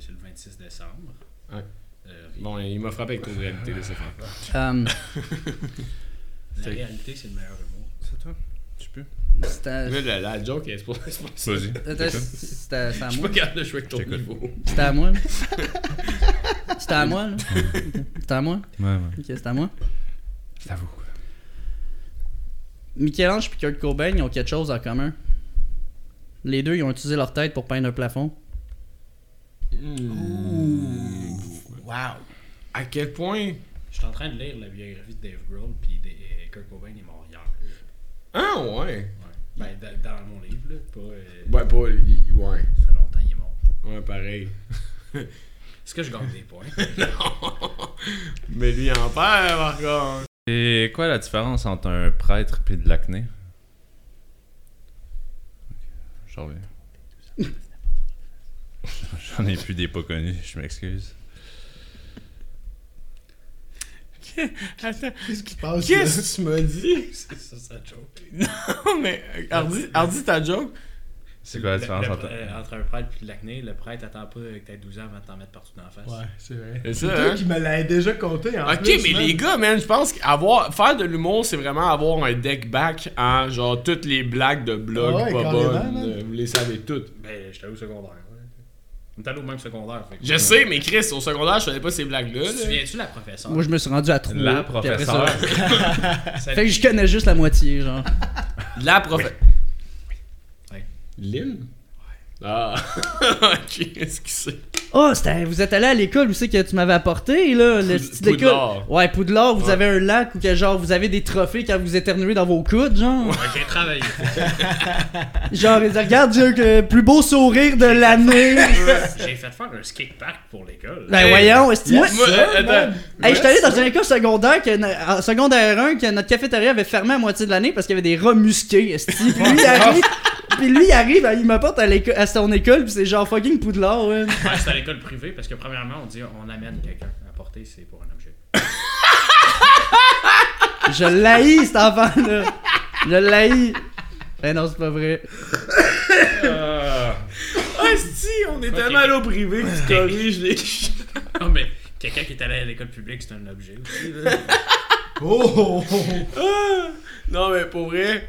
Speaker 5: c'est le 26 décembre.
Speaker 2: Ouais.
Speaker 5: Euh,
Speaker 2: Bon, il m'a frappé avec ton réalité de ce faire.
Speaker 6: euh,
Speaker 5: la réalité, c'est le meilleur humour.
Speaker 4: C'est toi? Tu peux?
Speaker 6: c'est
Speaker 1: Euh,
Speaker 6: un-
Speaker 2: Là, la, la joke, elle se pose. c'est pas-
Speaker 4: Vas-y.
Speaker 6: Attends, C'était c'était à
Speaker 2: Je suis
Speaker 6: moi.
Speaker 2: pas capable de jouer avec ton
Speaker 4: J'écoute.
Speaker 2: niveau.
Speaker 6: C'était à moi. là. C'était à moi, là. C'était à moi.
Speaker 4: Ouais, ouais.
Speaker 6: Ok, c'était à moi.
Speaker 4: C'est à vous.
Speaker 6: Michel-Ange et Kurt Cobain, ils ont quelque chose en commun. Les deux, ils ont utilisé leur tête pour peindre un plafond.
Speaker 1: Wow!
Speaker 2: À quel point.
Speaker 5: Je suis en train de lire la biographie de Dave Grohl, puis de- euh, Kurt Cobain est mort hier.
Speaker 2: Ah, ouais.
Speaker 5: Ouais. Ben, da- dans mon livre, là. Pas, euh,
Speaker 2: Ouais, pas. il- il- Ouais.
Speaker 5: Ça fait longtemps qu'il est mort.
Speaker 2: Ouais, pareil.
Speaker 5: Est-ce que je gagne des points?
Speaker 2: non. Mais lui, il en perd, par contre.
Speaker 4: C'est quoi la différence entre un prêtre et de l'acné? Je reviens. J'en ai plus des pas connus, je m'excuse.
Speaker 2: Attends,
Speaker 1: Qu'est-ce qui passe?
Speaker 2: Qu'est-ce
Speaker 1: que tu m'as dit?
Speaker 5: C'est ça, sa joke.
Speaker 2: non, mais Hardy, Hardy, ta joke.
Speaker 4: C'est quoi la
Speaker 5: Le-
Speaker 4: différence
Speaker 5: le-
Speaker 4: entre...
Speaker 5: euh, entre un prêtre et de l'acné, le prêtre attend pas que t'aies 12 ans avant de t'en mettre partout dans la face.
Speaker 1: Ouais, c'est vrai.
Speaker 2: C'est
Speaker 1: C'est
Speaker 2: ça,
Speaker 1: toi
Speaker 2: hein?
Speaker 1: qui me l'avais déjà compté en
Speaker 2: Ok,
Speaker 1: plus,
Speaker 2: mais
Speaker 1: man.
Speaker 2: les gars, man, je pense qu'avoir faire de l'humour, c'est vraiment avoir un deck back en genre toutes les blagues de blog
Speaker 1: Ah ouais,
Speaker 2: pas
Speaker 1: carrément,
Speaker 2: bonnes.
Speaker 1: man.
Speaker 2: euh, Vous les savez toutes.
Speaker 5: Ben, j'étais au secondaire. Ouais. On est allé au même secondaire. Fait que-
Speaker 2: Je sais, mais Chris, au secondaire, je savais pas ces blagues-là.
Speaker 5: Tu te
Speaker 2: là.
Speaker 5: souviens-tu de la professeure?
Speaker 6: Moi, je me suis rendu à 3.
Speaker 4: La professeure.
Speaker 6: Fait que je connais juste la moitié, genre.
Speaker 2: La prof.
Speaker 5: Oui.
Speaker 2: Lynn? Ah, qu'est-ce que c'est?
Speaker 6: Oh, c'était- vous êtes allé à l'école où c'est que tu m'avais apporté, là, le
Speaker 2: Poud-
Speaker 6: style d'école.
Speaker 2: Poudlard.
Speaker 6: Ouais, Poudlard, vous
Speaker 2: Ouais.
Speaker 6: avez un lac où que, genre, vous avez des trophées quand vous éternuez dans vos coudes, genre.
Speaker 5: J'ai travaillé.
Speaker 6: Genre, ils disent, regarde, j'ai le plus beau sourire de l'année.
Speaker 5: J'ai fait faire un skate park pour l'école.
Speaker 6: ben voyons, est-ce que moi-
Speaker 2: Moi, euh, attends.
Speaker 6: Hey, je suis allé dans une école secondaire, que, na- en secondaire 1, que notre cafétéria avait fermé à moitié de l'année parce qu'il y avait des rats musqués, esti. Puis lui, il arrive, puis lui, il, arrive il m'apporte à, l'éco- à son école, puis c'est genre fucking Poudlard, ouais.
Speaker 5: Ouais, c'était à l'école privée parce que premièrement, on dit on amène quelqu'un. Apporter, c'est pour un objet.
Speaker 6: Je l'haïs, cet enfant-là. Je l'haïs. Ben non, c'est pas vrai.
Speaker 2: Asti, on est
Speaker 5: Ok.
Speaker 2: tellement allé au privé que tu corriges les chiens. Ah,
Speaker 5: Non, mais quelqu'un qui est allé à l'école publique, c'est un objet aussi. là.
Speaker 1: Oh, oh, oh,
Speaker 2: Ah! Non, mais pour vrai.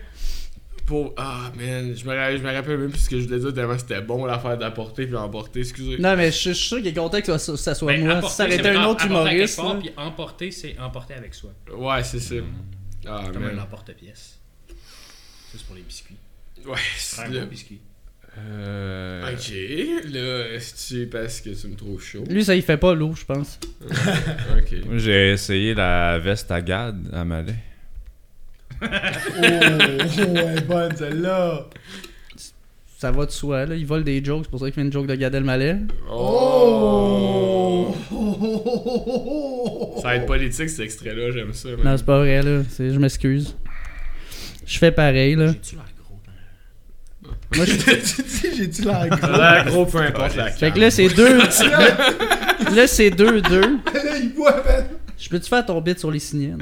Speaker 2: Pour... Ah, man, je me, ra- je me rappelle même plus ce que je voulais dire tellement c'était bon l'affaire d'apporter puis d'emporter, excusez.
Speaker 6: Non, mais je suis je suis sûr qu'il est content que ça, ça soit
Speaker 5: Ben,
Speaker 6: moi.
Speaker 5: apporter,
Speaker 6: Si ça aurait
Speaker 5: c'est
Speaker 6: été un
Speaker 5: vraiment
Speaker 6: autre
Speaker 5: apporter à quelque
Speaker 6: humoriste.
Speaker 5: part,
Speaker 6: là.
Speaker 5: Puis emporter, c'est emporter avec soi.
Speaker 2: Ouais, c'est ça. Ah,
Speaker 5: Comme un
Speaker 2: man.
Speaker 5: emporte-pièce. Ça, c'est pour les biscuits.
Speaker 2: Ouais, c'est
Speaker 5: Frère,
Speaker 2: le...
Speaker 5: gros biscuits.
Speaker 4: Euh...
Speaker 2: Ok, là, est-ce parce que tu me trouves chaud?
Speaker 6: Lui, ça, il fait pas l'eau, je pense.
Speaker 2: Ok.
Speaker 4: Moi, J'ai essayé la veste à gad à Malais.
Speaker 1: ouais, bonne celle-là.
Speaker 6: Ça va de soi, là. Il vole des jokes, c'est pour ça qu'il fait une joke de Gad Elmaleh.
Speaker 1: Oh! Oh, oh, oh, oh, oh.
Speaker 2: Ça va être politique, cet extrait-là, j'aime ça. man.
Speaker 6: Non, c'est pas vrai, là. C'est- Je m'excuse. Je fais pareil, là.
Speaker 5: J'ai-tu l'air gros dans la-
Speaker 6: Moi, je...
Speaker 1: tu dis, j'ai-tu la gueule?
Speaker 2: Là, gros, peu importe la
Speaker 6: Fait que là, c'est deux. là, c'est deux, deux.
Speaker 1: Là, il boit, man.
Speaker 6: Je peux-tu faire ton bit sur les signales?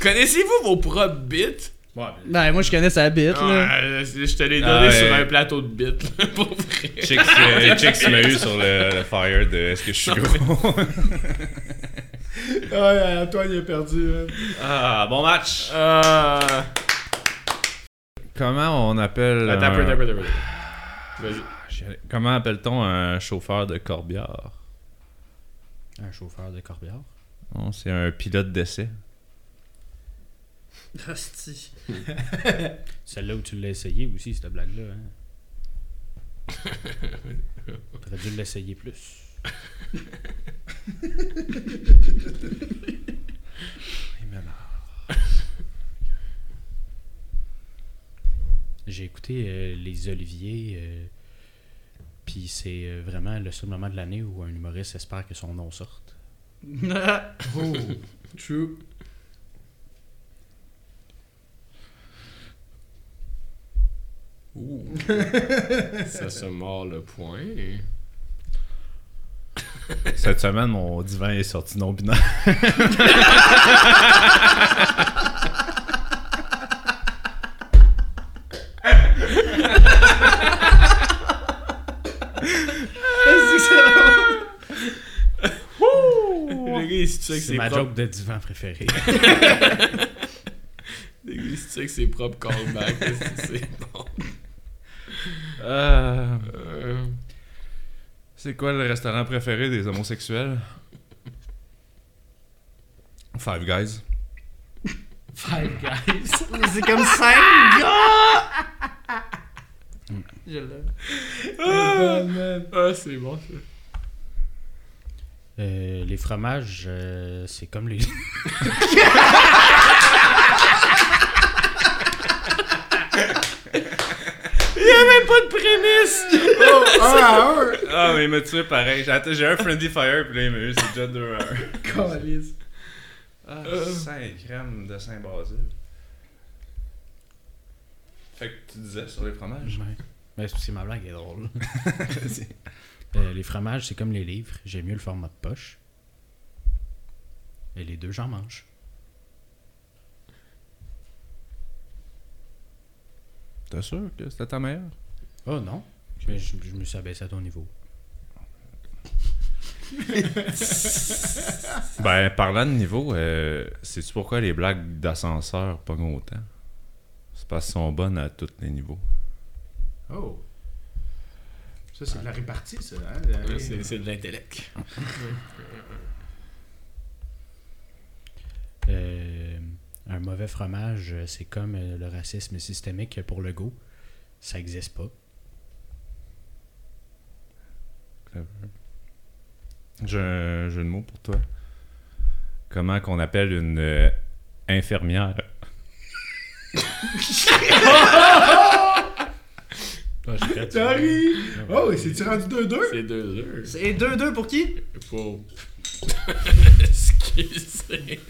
Speaker 2: Connaissez-vous vos propres bits?
Speaker 5: Ouais, mais-
Speaker 6: Ben, moi, je connais sa bite, là.
Speaker 2: Ah, je je te l'ai donné
Speaker 4: Ah, ouais.
Speaker 2: sur un plateau de bits, là, pour vrai.
Speaker 4: Chicks, euh, Chicks m'a eu sur le, le fire de est-ce que je suis gros.
Speaker 1: Ouais, Antoine, il est perdu, man.
Speaker 4: ah, bon match.
Speaker 2: Ah.
Speaker 4: Comment on appelle
Speaker 2: Attends, attends,
Speaker 4: un-
Speaker 2: attends, attends, attends. Vas-y.
Speaker 4: Comment appelle-t-on un chauffeur de corbière
Speaker 3: Un chauffeur de corbière.
Speaker 4: Non, c'est un pilote d'essai.
Speaker 6: Hostie.
Speaker 3: Celle-là où tu l'as essayé aussi, cette blague-là. Hein? T'aurais dû l'essayer plus. J'ai écouté euh, Les Oliviers, euh, puis c'est euh, vraiment le seul moment de l'année où un humoriste espère que son nom sorte.
Speaker 1: Oh, true.
Speaker 2: Ouh. Ça se mord le point.
Speaker 4: Cette semaine, mon divan est sorti non-binaire.
Speaker 2: Le gars, il se tue avec
Speaker 3: C'est
Speaker 2: ses
Speaker 3: ma
Speaker 2: propres...
Speaker 3: joke de divan préférée.
Speaker 2: Le gars, il se tue avec ses propres callbacks. c'est- c'est bon.
Speaker 4: Euh,
Speaker 2: Euh,
Speaker 4: c'est quoi le restaurant préféré des homosexuels Five Guys.
Speaker 6: Five guys. c'est comme cinq gars! Je l'ai.
Speaker 1: Ah, man.
Speaker 2: Ah, c'est bon, ça.
Speaker 3: Euh, les fromages, euh, c'est comme les.
Speaker 1: Ah, ah,
Speaker 4: Ah, mais il m'a tué pareil. J'ai- J'ai un Friendly Fire, puis là, il m'a eu, c'est déjà 2 à 1.
Speaker 6: Calice.
Speaker 4: Ah, 5 grammes de Saint-Basile. Fait que tu disais sur les fromages.
Speaker 3: Ouais. Ben, c'est parce que ma blague est drôle. Euh, les fromages, c'est comme les livres. J'aime mieux le format de poche. Et les deux, j'en mange.
Speaker 4: T'es sûr que c'était ta meilleure?
Speaker 3: Oh non. Mais je, je me suis abaissé à ton niveau.
Speaker 4: Ben, parlant de niveau, euh, sais-tu pourquoi les blagues d'ascenseur pognent autant? C'est parce qu'elles sont bonnes à tous les niveaux.
Speaker 1: ah. Oh. Ça, c'est de la répartie, ça. hein, la-
Speaker 2: C'est c'est de l'intellect.
Speaker 3: Euh, un mauvais fromage, euh, c'est comme euh, le racisme systémique pour le go. Ça n'existe pas.
Speaker 4: J'ai un jeu de mots pour toi. Comment qu'on appelle une euh, infirmière?
Speaker 1: T'as ri! Oh, et c'est-tu rendu 2-2?
Speaker 2: C'est deux heures.
Speaker 6: C'est 2-2 pour qui
Speaker 2: Pour. Ce qu'il sait.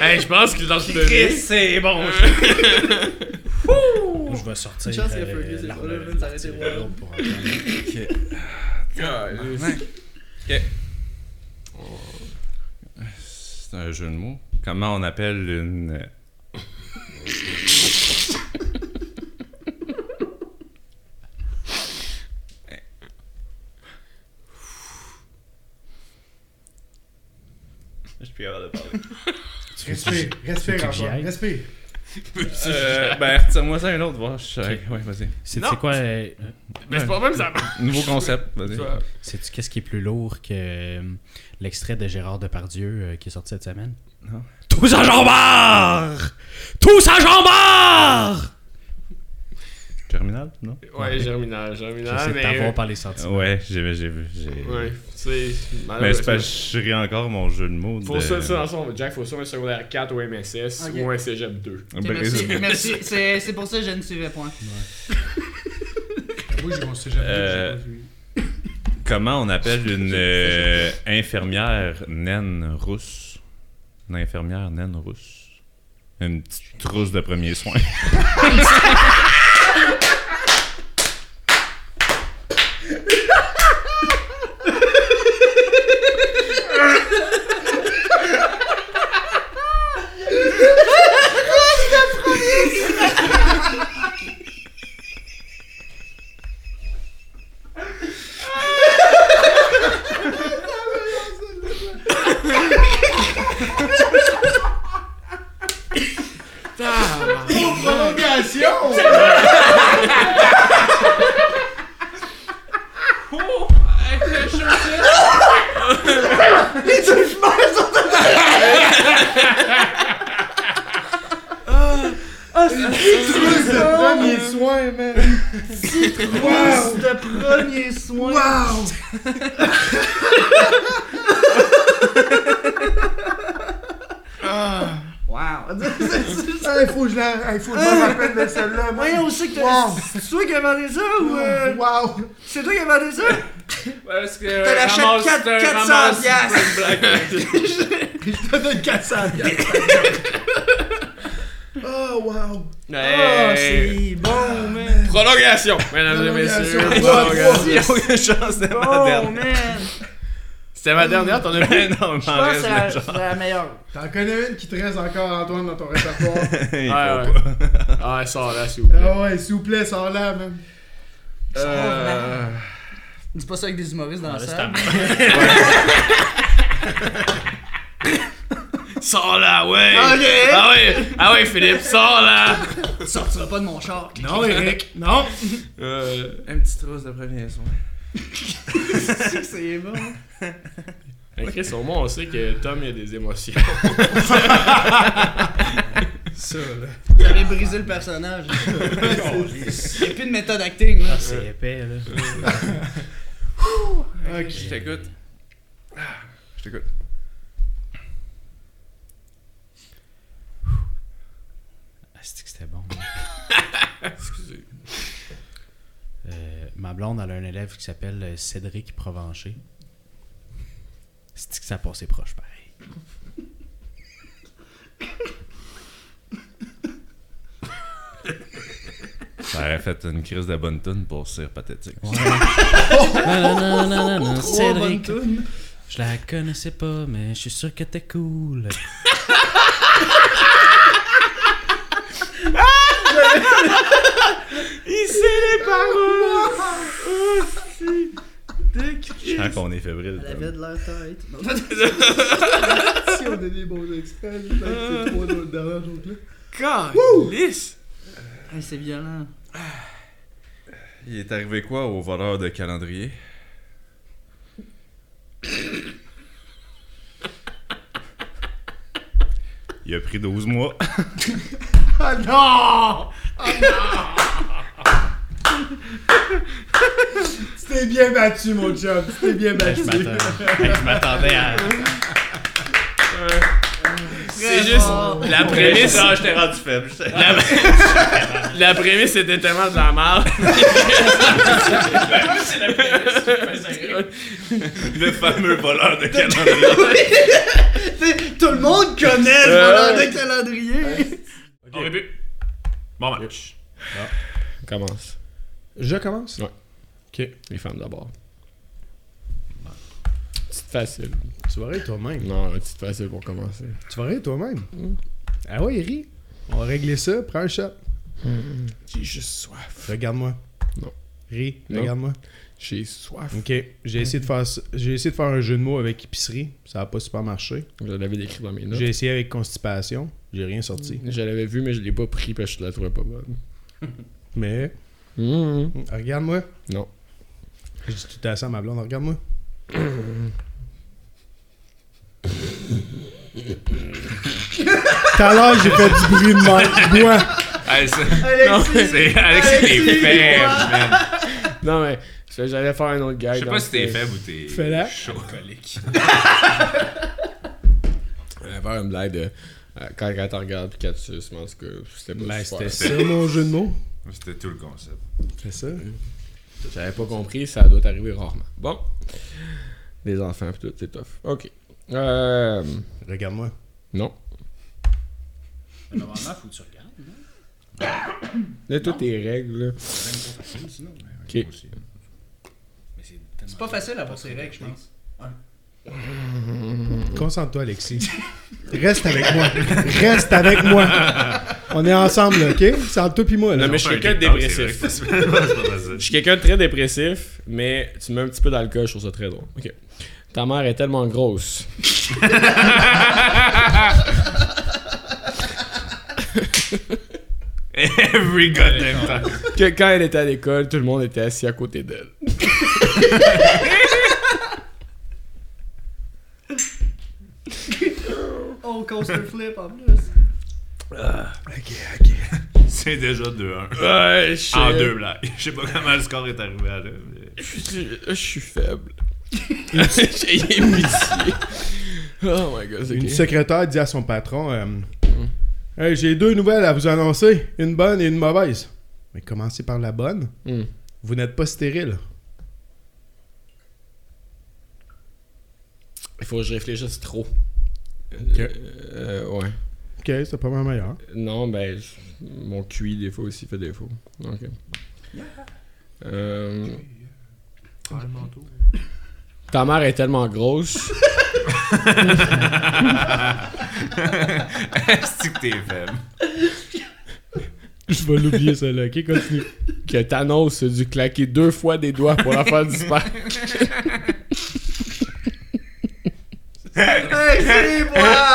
Speaker 2: hey, je pense qu'il lance le
Speaker 6: Chris, c'est bon.
Speaker 3: Ah, Moi, je vais sortir.
Speaker 6: Une chance qu'il y a
Speaker 3: euh,
Speaker 6: Fergus et
Speaker 3: l'arme
Speaker 6: Sullivan, ça aurait été
Speaker 3: l'artillerie
Speaker 6: drôle.
Speaker 3: pour entendre.
Speaker 4: C'est un jeu de mots. Comment on appelle une. euh,
Speaker 2: Je peux avoir de parler.
Speaker 1: Respire, respire,
Speaker 3: tu veux que j'y
Speaker 1: Antoine,
Speaker 3: aille?
Speaker 1: respire.
Speaker 4: Euh, ben, retire-moi ça un autre, voir. Je- Ouais, vas-y.
Speaker 3: C'est
Speaker 2: Non.
Speaker 3: c'est quoi euh, euh,
Speaker 2: Mais c'est pas même ça.
Speaker 4: Nouveau concept, vas-y.
Speaker 2: Tu vois.
Speaker 3: C'est qu'est-ce qui est plus lourd que euh, l'extrait de Gérard Depardieu euh, qui est sorti cette semaine
Speaker 4: Non.
Speaker 3: Tous à Jean-Bart Tous à Jean-Bart
Speaker 4: Terminal, non?
Speaker 2: Ouais, germinal, germinal.
Speaker 1: Ah,
Speaker 3: J'essaie de
Speaker 2: Mais.
Speaker 1: euh,
Speaker 2: euh,
Speaker 3: t'avoir par les sentiments.
Speaker 4: Ouais, j'ai j'ai vu. j'ai-
Speaker 2: Ouais, tu sais.
Speaker 4: Mais c'est
Speaker 2: malheureusement.
Speaker 4: pas je chéris encore mon jeu de mots.
Speaker 2: Faut
Speaker 4: de-
Speaker 2: ça, ça dans son. Jack, faut ça un secondaire 4 ou MSS
Speaker 6: Ok.
Speaker 2: ou un cégep 2.
Speaker 6: Ok, merci, merci. C'est c'est pour ça que je ne suivais point.
Speaker 1: Moi, je m'en suis jamais
Speaker 4: Euh,
Speaker 1: j'ai pas vu.
Speaker 4: Comment on appelle une euh, infirmière naine rousse Une infirmière naine rousse. Une petite trousse de premiers soins.
Speaker 1: Prolongation! Trousse de premier soin, man! Wow!
Speaker 6: de premier soin. Wow! wow!
Speaker 1: Ah, il faut que je la- ah, il faut que je me rappelle de celle-là, man.
Speaker 6: Voyons, on sait que t'as.
Speaker 1: Wow.
Speaker 6: C'est toi qui as vendu ça ou. euh,
Speaker 1: Wow!
Speaker 6: C'est toi qui as vendu ça?
Speaker 2: Parce que.
Speaker 6: T'as la chatte
Speaker 2: ramasse-
Speaker 6: quatre-
Speaker 2: t'as
Speaker 6: 400
Speaker 2: ramasse-
Speaker 6: piastres.
Speaker 2: Black-
Speaker 1: Je te donne 400 Oh, wow!
Speaker 6: Ah,
Speaker 2: Hey.
Speaker 6: c'est bon, man!
Speaker 2: Prolongation, mesdames et
Speaker 1: Prolongation.
Speaker 2: messieurs.
Speaker 1: Trois,
Speaker 2: Prolongation.
Speaker 6: Oh, man!
Speaker 2: C'était ma dernière, t'en as
Speaker 4: Eh
Speaker 2: pris énormément.
Speaker 6: Je pense que c'est la- c'est la meilleure.
Speaker 1: T'en connais une qui te reste encore, Antoine, dans ton répertoire.
Speaker 2: Ah, ouais. Ah, sors là, s'il vous plaît.
Speaker 1: Ah ouais, s'il vous plaît, sors là, man.
Speaker 2: Euh,
Speaker 6: Dis pas ça avec des humoristes dans la
Speaker 3: c'est à
Speaker 6: salle.
Speaker 3: moi.
Speaker 2: Sors là, ouais.
Speaker 6: Ok.
Speaker 2: Ah ouais, ah ouais, Philippe, sors là.
Speaker 6: Tu sortiras pas de mon char.
Speaker 1: Non, Eric, non!
Speaker 2: Euh,
Speaker 4: Un petit trousse de premiers soins.
Speaker 6: C'est bon.
Speaker 2: hey, Chris, au moins, on sait que Tom, il a des émotions.
Speaker 1: Ça, là.
Speaker 6: J'avais brisé le personnage.
Speaker 2: Oh,
Speaker 6: Y'a plus de méthode acting, là.
Speaker 3: C'est épais, là.
Speaker 1: Ok.
Speaker 2: Ah,
Speaker 4: Je t'écoute. Je t'écoute.
Speaker 3: Ah, c'était bon. hein?
Speaker 2: Excusez.
Speaker 3: Euh, ma blonde, elle a un élève qui s'appelle euh, Cédric Provencher. C'est que ça passait proche, pareil.
Speaker 4: Ça aurait fait une crise de bonne tune pour Sir Pathétique.
Speaker 3: non, non, non,
Speaker 2: hein,
Speaker 3: non, non,
Speaker 6: Trois bonnes
Speaker 3: Cédric.
Speaker 6: tunes.
Speaker 3: Je la connaissais pas, mais je suis sûr que t'es cool.
Speaker 4: Je sens qu'on est fébrile.
Speaker 6: Elle avait de l'air tête. Non,
Speaker 1: Si on a des bons extraits, c'est trois dernières là
Speaker 2: Calice!
Speaker 6: hey, c'est violent.
Speaker 4: Il est arrivé quoi au voleur de calendrier? Il a pris 12 mois.
Speaker 1: Ah non! Tu t'es bien battu, mon chum. Tu t'es bien
Speaker 3: Ben, je
Speaker 1: battu.
Speaker 3: m'attendais- ben, je m'attendais à.
Speaker 2: C'est juste la prémisse.
Speaker 4: Non, Ah, j'étais rendu faible. j'étais-
Speaker 2: La, la prémisse était tellement de la merde.
Speaker 4: Le fameux voleur de calendrier.
Speaker 6: Tout le monde connaît le voleur de calendrier.
Speaker 2: On répète. Bon match. Commence.
Speaker 1: Je commence?
Speaker 2: Ouais. Ok. Les femmes d'abord. Petite facile.
Speaker 1: Tu vas rire toi-même.
Speaker 2: Non, petite facile pour commencer.
Speaker 1: Tu vas rire toi-même. Ah ouais, il rit. On va régler ça. Prends un shot.
Speaker 2: J'ai juste soif.
Speaker 1: Regarde-moi.
Speaker 2: Non.
Speaker 1: Ris.
Speaker 2: Non.
Speaker 1: Regarde-moi.
Speaker 2: J'ai soif.
Speaker 1: Ok. J'ai essayé de faire ça- j'ai essayé de faire un jeu de mots avec épicerie. Ça a pas super marché.
Speaker 2: Je l'avais décrit dans mes notes.
Speaker 1: J'ai essayé avec constipation. J'ai rien sorti.
Speaker 2: Je l'avais vu, mais je l'ai pas pris parce que je la trouvais pas bonne.
Speaker 1: Mais
Speaker 2: Mm.
Speaker 1: regarde-moi.
Speaker 2: Non.
Speaker 1: Je dis tout à ça à ma blonde. Regarde-moi. Tout à l'heure, j'ai fait du bruit de même. Bois.
Speaker 4: Hey, c'est- Non, c'est- Alexis, t'es faible, man.
Speaker 2: Non, mais c'est que j'allais faire un autre gag.
Speaker 4: Je sais
Speaker 2: dans
Speaker 4: pas si t'es
Speaker 2: ce-
Speaker 4: faible ou t'es
Speaker 1: Fais-la.
Speaker 4: chaud.
Speaker 2: J'allais faire une blague de. euh, Quand quand t'en regardes, puis qu'elle te suce, mais en tout cas, c'était pas
Speaker 1: Ben,
Speaker 2: super.
Speaker 1: c'était ça mon jeu de mots.
Speaker 4: C'était tout le concept.
Speaker 1: C'est ça.
Speaker 2: J'avais pas compris, ça doit arriver rarement. Bon. Les enfants, pis tout, c'est tough. Ok. Euh.
Speaker 1: Regarde-moi.
Speaker 2: Non.
Speaker 5: Mais Normalement, faut que tu regardes. non?
Speaker 2: Là, toutes tes règles, là.
Speaker 5: C'est même pas facile, sinon. mais-
Speaker 2: Ok.
Speaker 5: Mais c'est tellement-
Speaker 6: C'est pas facile à avoir ses règles, je pense.
Speaker 1: Concentre-toi, Alexis. Reste avec moi. Reste avec moi. On est ensemble, là, OK? C'est entre toi puis moi. Là.
Speaker 2: Non, mais je suis quelqu'un de dépressif. Je suis quelqu'un de très dépressif, mais tu mets un petit peu d'alcool, je trouve ça très drôle. Ok. Ta mère est tellement grosse.
Speaker 4: Every goddamn time.
Speaker 2: que quand elle était à l'école, tout le monde était assis à côté d'elle.
Speaker 6: Oh, coaster flip en plus.
Speaker 4: C'est déjà 2-1.
Speaker 2: Ouais, je
Speaker 4: En deux blagues. Je sais pas comment le score est arrivé à là. mais-
Speaker 2: Je je suis faible. J'ai pitié. Oh my god, c'est
Speaker 1: Une
Speaker 2: ok.
Speaker 1: secrétaire dit à son patron euh, Hey, J'ai deux nouvelles à vous annoncer, une bonne et une mauvaise. Mais commencez par la bonne.
Speaker 2: Hmm.
Speaker 1: Vous n'êtes pas stérile.
Speaker 2: Il faut que je réfléchisse trop. Euh, ouais.
Speaker 1: OK, c'est pas mal meilleur.
Speaker 2: Non, ben, je- mon QI, des fois, aussi fait défaut. Ok. Euh, Ta mère est tellement grosse.
Speaker 4: C'est-tu que t'es faible?
Speaker 1: Je vais l'oublier, ça, là. OK, continue.
Speaker 2: que Thanos a dû claquer deux fois des doigts pour la faire disparaître.
Speaker 6: Hey, c'est moi!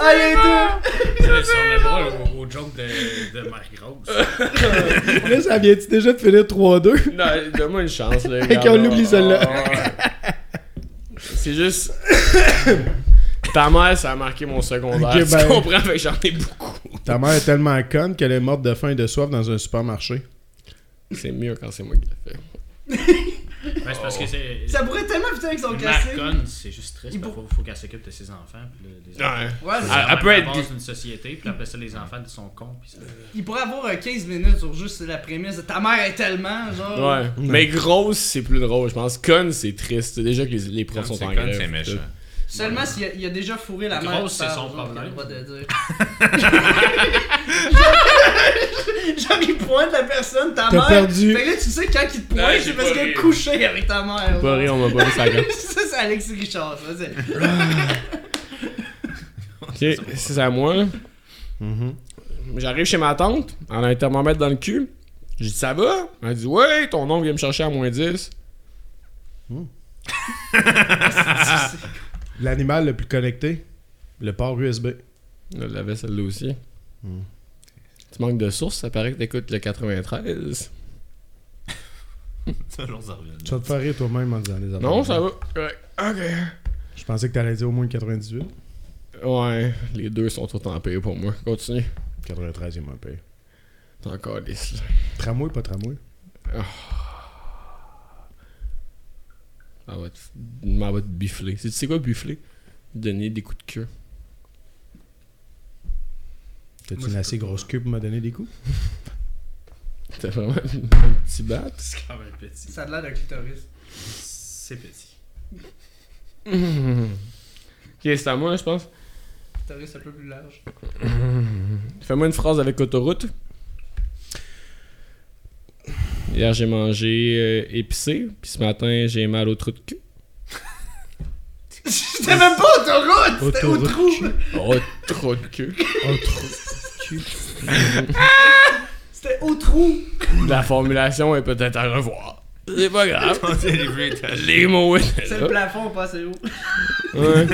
Speaker 6: Allez, deux!
Speaker 5: C'est sur le bras au, au joke de, de Marc Grosse.
Speaker 1: là, ça vient-tu déjà de finir 3-2?
Speaker 2: non, donne-moi une chance, là. Oh,
Speaker 1: Ok, on l'oublie, celle-là.
Speaker 2: C'est juste. Ta mère, ça a marqué mon secondaire.
Speaker 1: Ok, ben.
Speaker 2: Tu comprends? Fait que j'en ai beaucoup.
Speaker 1: Ta mère est tellement conne qu'elle est morte de faim et de soif dans un supermarché.
Speaker 2: C'est mieux quand c'est moi qui l'ai fait.
Speaker 3: Ben, c'est parce que c'est.
Speaker 6: Ça pourrait tellement vite avec son
Speaker 3: Marc
Speaker 6: casting.
Speaker 3: Cohn, c'est juste triste.
Speaker 6: Il
Speaker 3: Il faut, faut qu'elle s'occupe de ses enfants. Puis de- des enfants.
Speaker 2: Ouais.
Speaker 6: Ouais, c'est-
Speaker 2: Elle- elle peut être
Speaker 3: passe d'une société, puis après ça, les enfants de son con. Puis ça...
Speaker 6: il pourrait avoir euh, 15 minutes sur juste la prémisse. de Ta mère est tellement genre.
Speaker 2: Ouais. Mais grosse, c'est plus drôle, je pense. Conne, c'est triste. Déjà que les, les profs sont
Speaker 4: C'est
Speaker 2: en
Speaker 4: con,
Speaker 2: grève.
Speaker 4: c'est méchant.
Speaker 6: Seulement s'il a, il a déjà fourré la
Speaker 3: Grosse,
Speaker 6: mère.
Speaker 3: c'est son problème.
Speaker 6: Pas de dire. genre, il pointe la personne, ta
Speaker 1: T'as
Speaker 6: mère.
Speaker 1: perdu.
Speaker 6: Fait que là, tu sais, quand il te pointe,
Speaker 2: Ouais, j'ai
Speaker 6: c'est parce
Speaker 2: pas
Speaker 6: qu'il
Speaker 2: ri.
Speaker 6: a couché avec ta mère.
Speaker 2: Pas rire, on m'a pas vu sa gueule.
Speaker 6: ça, c'est Alexis Richard. Ça, c'est...
Speaker 2: Ok, c'est à moi. là. Mm-hmm. J'arrive chez ma tante, elle a un thermomètre dans le cul. J'ai dit ça va? Elle dit ouais, ton oncle vient me chercher à moins 10.
Speaker 1: L'animal le plus connecté, le port USB.
Speaker 2: Là, Elle l'avait celle-là aussi. Mm. Tu manques de sources, ça paraît que t'écoutes le 93.
Speaker 4: Ça, l'on s'en revient.
Speaker 1: Tu vas te faire rire toi-même en disant des affaires.
Speaker 2: Non, ça va. Ouais. Ok.
Speaker 1: Je pensais que t'allais dire au moins 98.
Speaker 2: Ouais, les deux sont tout en paix pour moi. Continue.
Speaker 1: 93 il m'a payé.
Speaker 2: T'es encore des
Speaker 1: Tramway, pas tramway.
Speaker 2: Elle va te, elle va te buffler. C'est- Tu sais quoi buffler? Donner des coups de queue.
Speaker 1: T'as-tu une assez grosse queue pour me donner des coups?
Speaker 2: T'as vraiment un petit bat.
Speaker 5: C'est quand même petit.
Speaker 6: ça a l'air d'un clitoris.
Speaker 5: C'est petit.
Speaker 2: Ok, c'est à moi, je pense.
Speaker 6: Clitoris un peu plus large.
Speaker 2: Fais-moi une phrase avec autoroute. Hier, j'ai mangé euh, épicé, puis ce matin, j'ai mal au trou de cul.
Speaker 6: C'était même pas autoroute! C'était au
Speaker 1: Autoroute
Speaker 6: trou!
Speaker 2: Oh, trou de cul.
Speaker 1: Oh, trop.
Speaker 6: C'était au trou!
Speaker 2: La formulation est peut-être à revoir. C'est pas grave. Les mots étaient
Speaker 6: C'est
Speaker 2: là.
Speaker 6: le plafond, pas assez haut.
Speaker 2: Ouais.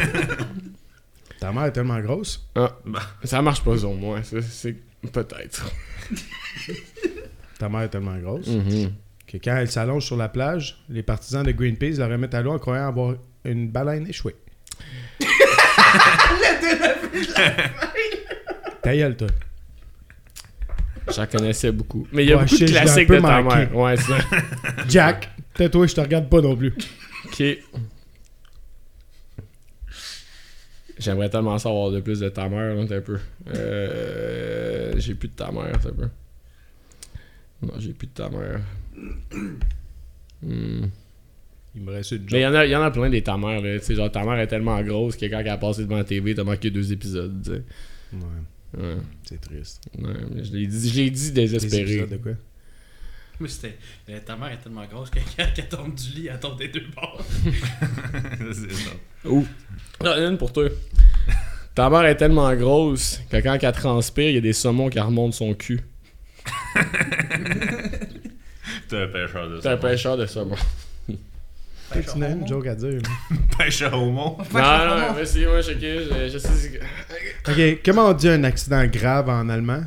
Speaker 1: Ta mère est tellement grosse.
Speaker 2: Ah, ça marche pas au moins, ça, c'est peut-être.
Speaker 1: Ta mère est tellement grosse.
Speaker 2: Mhm.
Speaker 1: Que quand elle s'allonge sur la plage, les partisans de Greenpeace la remettent à l'eau en croyant avoir une baleine échouée. Ta gueule, toi.
Speaker 2: J'en connaissais beaucoup. Mais il y a
Speaker 1: Ouais,
Speaker 2: beaucoup
Speaker 1: shit,
Speaker 2: de
Speaker 1: je l'ai Bah, un
Speaker 2: classiques
Speaker 1: peu
Speaker 2: de ta
Speaker 1: manqué.
Speaker 2: mère. Ouais, c'est ça.
Speaker 1: Jack, tais-toi, je te regarde pas non plus.
Speaker 2: Ok. J'aimerais tellement savoir de plus de ta mère, là, un peu. Euh, j'ai plus de ta mère, un peu. Non, j'ai plus de ta mère. Hmm.
Speaker 1: Il me reste une
Speaker 2: Mais il y, en a- y en a plein des ta mère, là. Tu sais, genre, ta mère est tellement grosse que quand elle a passé devant la TV, t'as manqué deux épisodes, tu sais.
Speaker 1: Ouais,
Speaker 2: Ouais.
Speaker 1: c'est triste.
Speaker 2: Ouais, mais je l'ai dit, je l'ai dit
Speaker 1: Les
Speaker 2: désespéré.
Speaker 1: épisodes de quoi?
Speaker 5: Mais c'était. euh, Ta mère est tellement grosse que quand elle tombe du lit, elle tombe des deux bords.
Speaker 4: C'est ça.
Speaker 2: Ouh. Non, une pour toi. Ta mère est tellement grosse que quand elle transpire, il y a des saumons qui remontent son cul.
Speaker 4: T'es un pêcheur de
Speaker 2: T'es un
Speaker 4: saumon.
Speaker 2: pêcheur de saumons.
Speaker 6: Ben,
Speaker 1: Toi, tu n'as une joke à dire. là.
Speaker 4: Pêcheur au mont.
Speaker 2: Non, non, mais c'est moi, je, je, je sais.
Speaker 1: Ok, comment on dit un accident grave en allemand?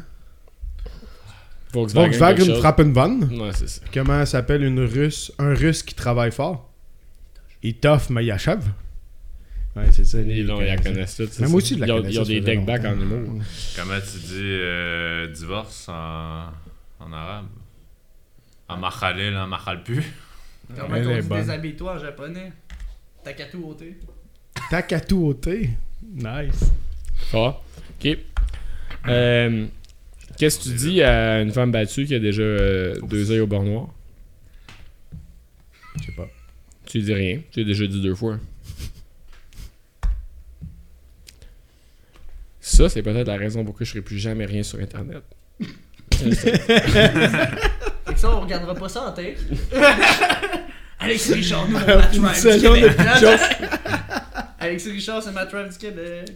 Speaker 2: Volkswagen. quelque
Speaker 1: Volkswagen
Speaker 2: chose.
Speaker 1: frappe une vanne.
Speaker 2: Ouais, c'est ça.
Speaker 1: Comment s'appelle une russe, un russe qui travaille fort? Il toffe, mais il achève. Ouais, c'est ça.
Speaker 2: Ils l'ont, ils la connaissent toutes. c'est
Speaker 1: Mais moi
Speaker 2: ça.
Speaker 1: aussi, je la
Speaker 2: Ils ont-
Speaker 1: connaissais,
Speaker 2: Ils ont
Speaker 1: ça
Speaker 2: des
Speaker 1: faisait
Speaker 2: deckbacks en
Speaker 1: longtemps.
Speaker 2: humour.
Speaker 4: Comment tu dis euh, divorce en, en arabe En machalil, en machalpu.
Speaker 6: Comment
Speaker 1: Elle
Speaker 6: on
Speaker 1: est
Speaker 6: dit
Speaker 1: bonne.
Speaker 6: déshabille-toi en japonais? T'as qu'à tout ôter.
Speaker 1: Tac à tout au thé. Nice.
Speaker 2: Fort. Ok. Euh, Qu'est-ce que tu dis à une femme battue qui a déjà euh, deux yeux au bord noir
Speaker 1: Je sais pas.
Speaker 2: Tu lui dis rien. Tu l'as déjà dit deux fois. Ça, c'est peut-être la raison pourquoi je ne plus jamais rien sur Internet.
Speaker 1: Ben
Speaker 6: Fait que ça, on regardera pas ça en tête. Alexis Richard, nous, on Matt
Speaker 1: Une
Speaker 6: Rife du
Speaker 1: saison
Speaker 6: Québec.
Speaker 1: de jokes.
Speaker 6: Alexis Richard, c'est Matt Rife du Québec.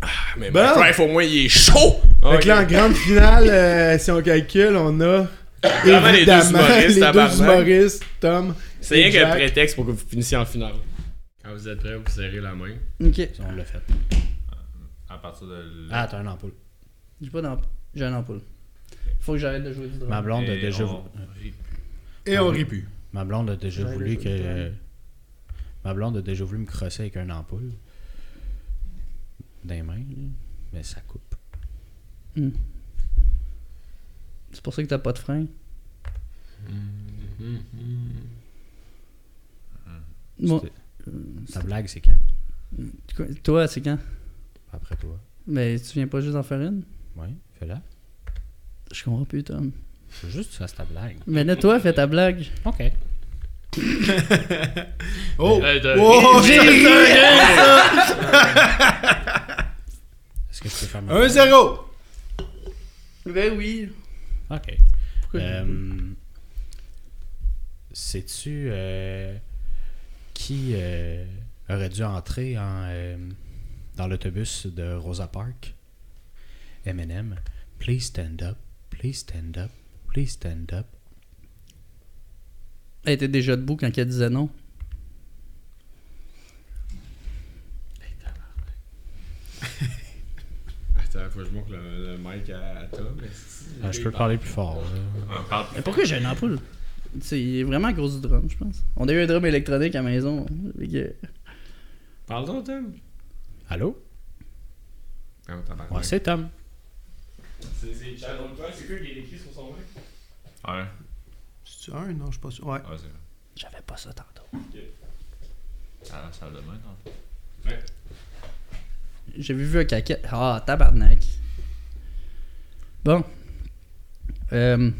Speaker 2: Ah, Mais
Speaker 1: Bon.
Speaker 2: mon frère, au moins, il est chaud!
Speaker 1: Fait que là, en grande finale, euh, si on calcule, on a.
Speaker 2: Vraiment les deux
Speaker 1: évidemment,
Speaker 2: humoristes,
Speaker 1: les deux
Speaker 2: tabarnak.
Speaker 1: humoristes, Tom.
Speaker 2: C'est rien qu'un
Speaker 1: Exact.
Speaker 2: prétexte pour que vous finissiez en finale. Quand vous êtes prêts, vous serrez la main.
Speaker 6: Ok.
Speaker 3: Ça, on l'a fait.
Speaker 4: À partir de. l-
Speaker 3: Ah, t'as un ampoule.
Speaker 6: J'ai pas d'ampoule. J'ai un ampoule. Faut que j'arrête de jouer du
Speaker 3: Ma
Speaker 6: drame.
Speaker 3: blonde a
Speaker 4: Et
Speaker 3: déjà,
Speaker 4: on-
Speaker 1: Et on rit plus.
Speaker 3: ma blonde a déjà
Speaker 6: Ouais,
Speaker 3: voulu
Speaker 6: le
Speaker 3: que.
Speaker 6: jeu de drame.
Speaker 3: ma blonde a déjà voulu me crosser avec un ampoule. Des mains, là. Mais ça coupe.
Speaker 1: Mm-hmm.
Speaker 6: C'est pour ça que t'as pas de frein. Moi-
Speaker 3: C'était- Ta blague, c'est quand
Speaker 6: Quoi- Toi, c'est quand
Speaker 3: Après toi.
Speaker 6: Mais tu viens pas juste d'en faire une
Speaker 3: Oui, fais-la.
Speaker 6: Je comprends plus, Tom.
Speaker 3: C'est juste ça, c'est ta blague.
Speaker 6: Mais là, toi, fais ta blague.
Speaker 3: Ok.
Speaker 1: Oh!
Speaker 2: Hey,
Speaker 6: Euh,
Speaker 2: t'as-
Speaker 1: Oh,
Speaker 3: Est-ce que je peux faire ma blague?
Speaker 1: 1-0!
Speaker 6: Ben oui.
Speaker 3: Ok.
Speaker 6: Pourquoi
Speaker 3: Euh, Sais-tu euh, qui euh, aurait dû entrer en, euh, dans l'autobus de Rosa Park? Eminem. Please stand up. Please stand up. Please stand up.
Speaker 6: Elle était déjà debout quand elle disait non.
Speaker 2: Attends, faut que je montre le, le mic à, à Tom.
Speaker 3: Ah, je peux parler plus fort. là.
Speaker 6: Mais pourquoi j'ai une ampoule C'est il est vraiment à cause du drum, je pense. On a eu un drum électronique à la maison. fait que-
Speaker 2: Parle-toi, Tom.
Speaker 3: Allô?
Speaker 2: Ah,
Speaker 3: Ouais, c'est Tom.
Speaker 2: C'est quoi C'est quoi qui est écrit sur son mic
Speaker 4: Ouais,
Speaker 1: C'est un? Non, je suis pas sûr. Ouais.
Speaker 4: ouais, c'est vrai.
Speaker 6: J'avais pas ça tantôt.
Speaker 4: Ah, ça le demain, non?
Speaker 6: J'avais vu un caquette. Ah, tabarnak. Bon. Euh,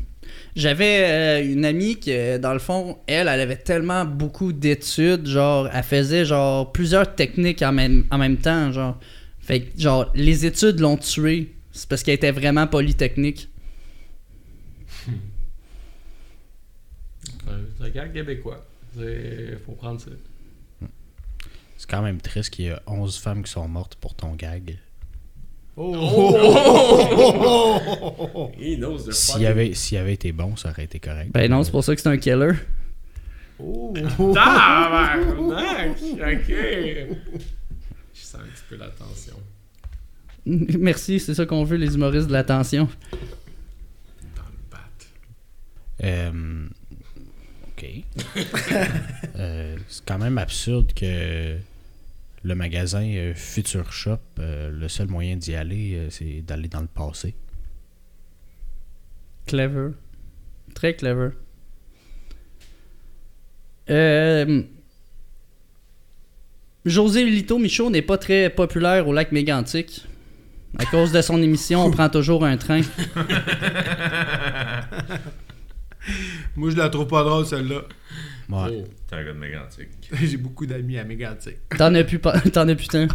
Speaker 6: J'avais euh, une amie qui, euh, dans le fond, elle, elle avait tellement beaucoup d'études, genre, elle faisait genre plusieurs techniques en même, en même temps, genre. Fait que, genre, les études l'ont tuée. C'est parce qu'elle était vraiment polytechnique.
Speaker 2: C'est un gars québécois. C'est- Faut prendre ça.
Speaker 3: C'est quand même triste qu'il y ait 11 femmes qui sont mortes pour ton gag. Oh!
Speaker 2: He knows the
Speaker 3: S'il y avait, s'il avait été bon, ça aurait été correct.
Speaker 6: Ben non, c'est pour ça que c'est un killer.
Speaker 2: Tabarnak! Ok! Je sens un petit peu la tension.
Speaker 6: Merci, c'est ça qu'on veut, les humoristes de l'attention.
Speaker 2: Dans le bat.
Speaker 3: Euh, ok. Euh, c'est quand même absurde que le magasin euh, Future Shop, euh, le seul moyen d'y aller, euh, c'est d'aller dans le passé.
Speaker 6: Clever. Très clever. Euh, José Lito Michaud n'est pas très populaire au lac Mégantic. À cause de son émission, on prend toujours un train.
Speaker 1: Moi, je la trouve pas drôle, celle-là.
Speaker 3: Ouais.
Speaker 2: Oh.
Speaker 4: T'es un gars de mégantique.
Speaker 1: J'ai beaucoup d'amis à Mégantic.
Speaker 6: T'en as plus, pas- t'en as plus tant.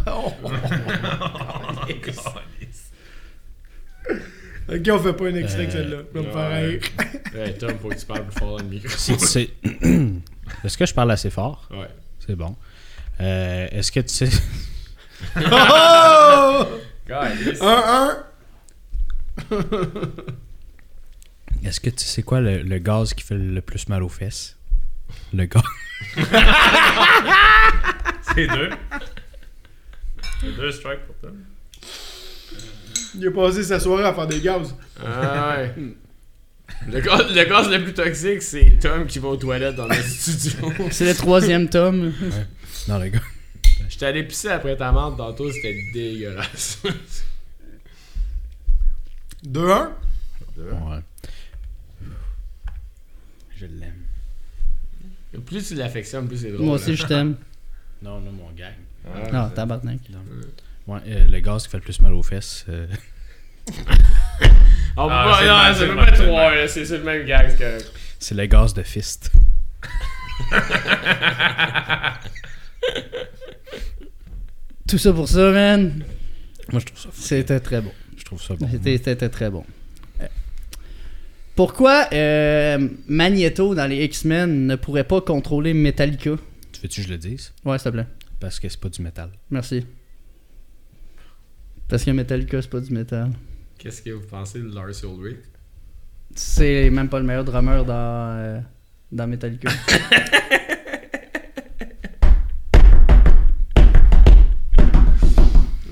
Speaker 1: Ok, on fait pas un extrait que
Speaker 3: Euh,
Speaker 1: celle-là. Je vais me
Speaker 2: ouais.
Speaker 1: faire rire.
Speaker 2: Hey Tom, faut que tu parles plus fort dans le micro.
Speaker 3: Si tu sais- Est-ce que je parle assez fort?
Speaker 2: Ouais.
Speaker 3: C'est bon. Euh, Est-ce que tu sais.
Speaker 1: Oh!
Speaker 2: God,
Speaker 1: 1-1.
Speaker 3: Est-ce que tu sais quoi le, le gaz qui fait le plus mal aux fesses? Le gaz.
Speaker 4: C'est deux. C'est deux strikes pour Tom.
Speaker 1: Il a passé sa soirée à faire des gaz.
Speaker 2: Ah ouais. Le gaz, le gaz le plus toxique, c'est Tom qui va aux toilettes dans le studio.
Speaker 6: C'est le troisième tome.
Speaker 3: Non, le gaz.
Speaker 2: J'étais allé pisser après ta menthe tantôt, c'était dégueulasse.
Speaker 1: 2-1.
Speaker 3: Ouais. Je l'aime.
Speaker 2: plus tu l'affectionnes, plus c'est drôle. hein.
Speaker 6: Moi aussi, je t'aime.
Speaker 3: Non, non, mon gag. Ah.
Speaker 6: Non, tabarnak.
Speaker 3: Ouais, euh, le gaz qui fait le plus mal aux fesses. euh,
Speaker 2: Oh,
Speaker 4: Ah,
Speaker 2: bah,
Speaker 4: c'est le
Speaker 2: non,
Speaker 4: même,
Speaker 2: c'est même pas
Speaker 4: c'est le même, c'est le
Speaker 2: trois, là, c'est c'est le même gag que.
Speaker 3: C'est le gaz de fist.
Speaker 6: Tout ça pour ça, man.
Speaker 3: Moi, je trouve ça,
Speaker 6: C'était très bon.
Speaker 3: je trouve ça bon.
Speaker 6: C'était c'était très bon. Euh, Pourquoi euh, Magneto dans les X-Men ne pourrait pas contrôler Metallica
Speaker 3: Tu veux-tu que je le dise?
Speaker 6: Ouais, s'il te plaît.
Speaker 3: Parce que c'est pas du métal.
Speaker 6: Merci. Parce que Metallica, c'est pas du métal.
Speaker 2: Qu'est-ce que vous pensez de Lars Ulrich
Speaker 6: C'est même pas le meilleur drummer dans, euh, dans Metallica.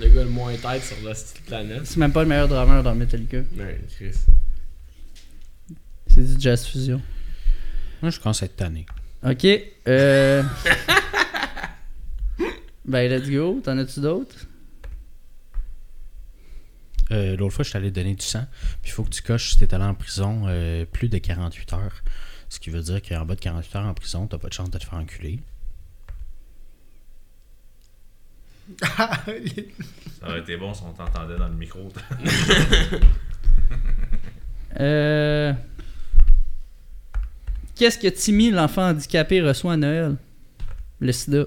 Speaker 2: Le gars le moins tête sur la petite planète.
Speaker 6: c'est même pas le meilleur drummer dans Metallica.
Speaker 2: Ouais, Chris.
Speaker 6: C'est du jazz fusion.
Speaker 3: Moi, je commence à être tanné.
Speaker 6: Ok. Euh... ben, let's go. T'en as-tu d'autres
Speaker 3: Euh, L'autre fois, je t'allais donner du sang. Puis il faut que tu coches si t'es allé en prison euh, plus de 48 heures. Ce qui veut dire qu'en bas de 48 heures en prison, t'as pas de chance de te faire enculer.
Speaker 4: Ça aurait été bon si on t'entendait dans le micro.
Speaker 6: Euh... Qu'est-ce que Timmy, l'enfant handicapé, reçoit à Noël? Le sida.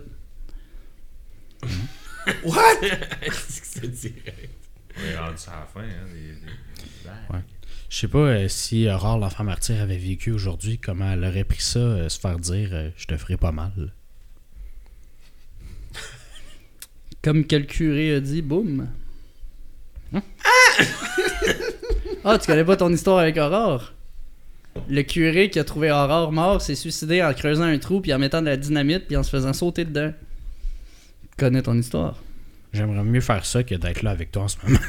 Speaker 2: C'est direct.
Speaker 4: On est rendu à la fin, hein. des- des-
Speaker 3: Ouais. Je sais pas euh, si Aurore, l'enfant martyr, avait vécu aujourd'hui, comment elle aurait pris ça, euh, se faire dire euh, Je te ferai pas mal.
Speaker 6: Comme que le curé a dit, boum. Hein? Ah! tu connais pas ton histoire avec Aurore? Le curé qui a trouvé Aurore mort s'est suicidé en creusant un trou, puis en mettant de la dynamite, puis en se faisant sauter dedans. Tu connais ton histoire.
Speaker 3: J'aimerais mieux faire ça que d'être là avec toi en ce moment.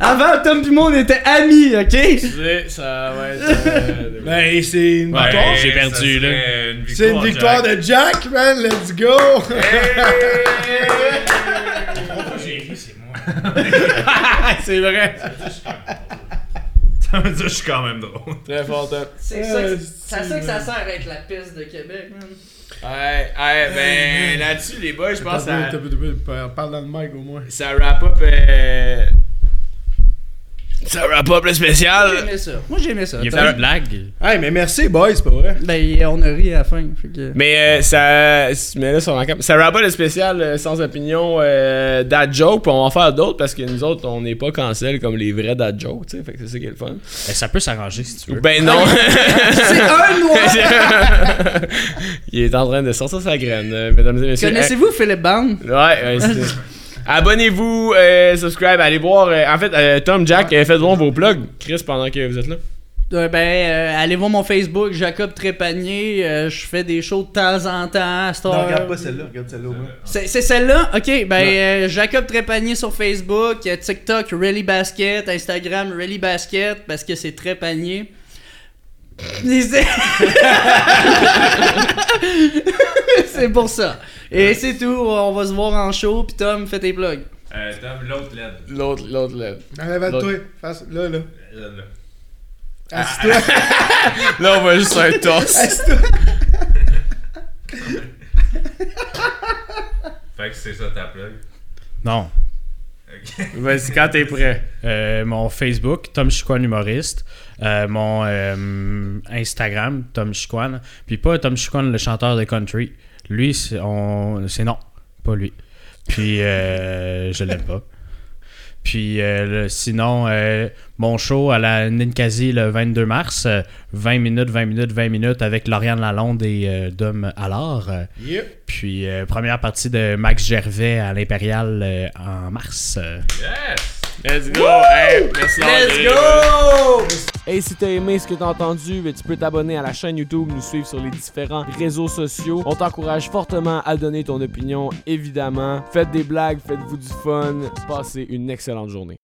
Speaker 6: Avant, Tom pis moi, on était amis, ok?
Speaker 2: Tu sais, ça va être. euh,
Speaker 1: Ben, c'est une
Speaker 4: Ouais,
Speaker 1: victoire.
Speaker 4: ça
Speaker 2: j'ai perdu, là.
Speaker 4: serait une
Speaker 1: C'est une victoire de Jack, man. Let's go.
Speaker 2: Ah,
Speaker 5: J'ai ri, c'est moi.
Speaker 2: c'est vrai.
Speaker 4: Ça veut dire que je suis quand même drôle.
Speaker 2: Très fort, top.
Speaker 6: C'est ça, que- Euh, c'est à ça que ça sert à être la piste de Québec, man.
Speaker 2: Ouais, ouais, ben là-dessus, les boys, je pense que ça,
Speaker 1: T'as peu, t'as peu, t'as peu, Parle dans le mic au moins.
Speaker 2: ça wrap up. euh, Ça wrap up le
Speaker 6: J'ai
Speaker 2: spécial.
Speaker 6: aimé ça. Euh, Moi, j'ai aimé ça.
Speaker 3: Il a
Speaker 6: T'as-
Speaker 3: fait une blague.
Speaker 1: Hey, mais merci, boys, c'est pas vrai.
Speaker 6: Ben, on a ri à la fin. Fait que...
Speaker 2: Mais euh, ça. Mais là, sur la cam- Ça wrap up le spécial euh, sans opinion euh, dad joke, puis on va en faire d'autres parce que nous autres, on n'est pas cancel comme les vrais dad jokes, tu sais. Fait que c'est ça qui est le fun.
Speaker 3: Eh, ça peut s'arranger si tu veux.
Speaker 2: Ben non.
Speaker 6: C'est un noir!
Speaker 2: Il est en train de sortir sa graine, euh, mesdames et messieurs.
Speaker 6: Connaissez-vous Philippe Band?
Speaker 2: Ouais, ouais, c'est- Abonnez-vous, euh, subscribe, allez voir. euh, en fait, euh, Tom, Jack, euh, faites voir vos plugs, Chris, pendant que vous êtes là.
Speaker 6: Euh, ben, euh, allez voir mon Facebook, Jacob Trépanier. euh, je fais des shows de temps en temps. à cette heure.
Speaker 1: celle-là, regarde celle-là au moins.
Speaker 6: C'est c'est celle-là? Ok, ben, euh, Jacob Trépanier sur Facebook, euh, TikTok, Really Basket, Instagram, Really Basket, parce que c'est Trépanier. C'est- c'est pour ça. Et c'est tout, on va se voir en show, puis Tom, fais tes plugs.
Speaker 4: Euh, Tom, l'autre LED.
Speaker 2: L'autre, l'autre, l'autre.
Speaker 1: Enlève
Speaker 2: L'autre.
Speaker 1: toi. Face- Là, là.
Speaker 4: LED, là.
Speaker 1: Assis-toi.
Speaker 2: Là, on va juste faire un torse.
Speaker 1: Assis-toi.
Speaker 4: Fait que c'est ça ta plug.
Speaker 3: Non.
Speaker 4: Ok.
Speaker 2: Vas-y, quand t'es prêt.
Speaker 3: Euh, mon Facebook, Tom Chicoine humoriste. Euh, mon euh, Instagram, Tom Chicoine. Puis pas Tom Chicoine, le chanteur de country. Lui, c'est on- c'est non, pas lui. Puis euh, je l'aime pas. Puis euh, le- sinon, euh, mon show à la Ninkasi le 22 mars, euh, 20 minutes, 20 minutes, 20 minutes avec Lauriane Lalonde et euh, Dom Allard.
Speaker 1: Yep.
Speaker 3: Puis euh, première partie de Max Gervais à l'Impérial euh, en mars. Euh,
Speaker 4: Yes!
Speaker 2: Let's go! Hey, merci
Speaker 6: Let's
Speaker 2: d'avoir-
Speaker 6: go!
Speaker 7: Et si t'as aimé ce que t'as entendu, ben, tu peux t'abonner à la chaîne YouTube, nous suivre sur les différents réseaux sociaux. On t'encourage fortement à donner ton opinion, évidemment. Faites des blagues, faites-vous du fun. Passez une excellente journée.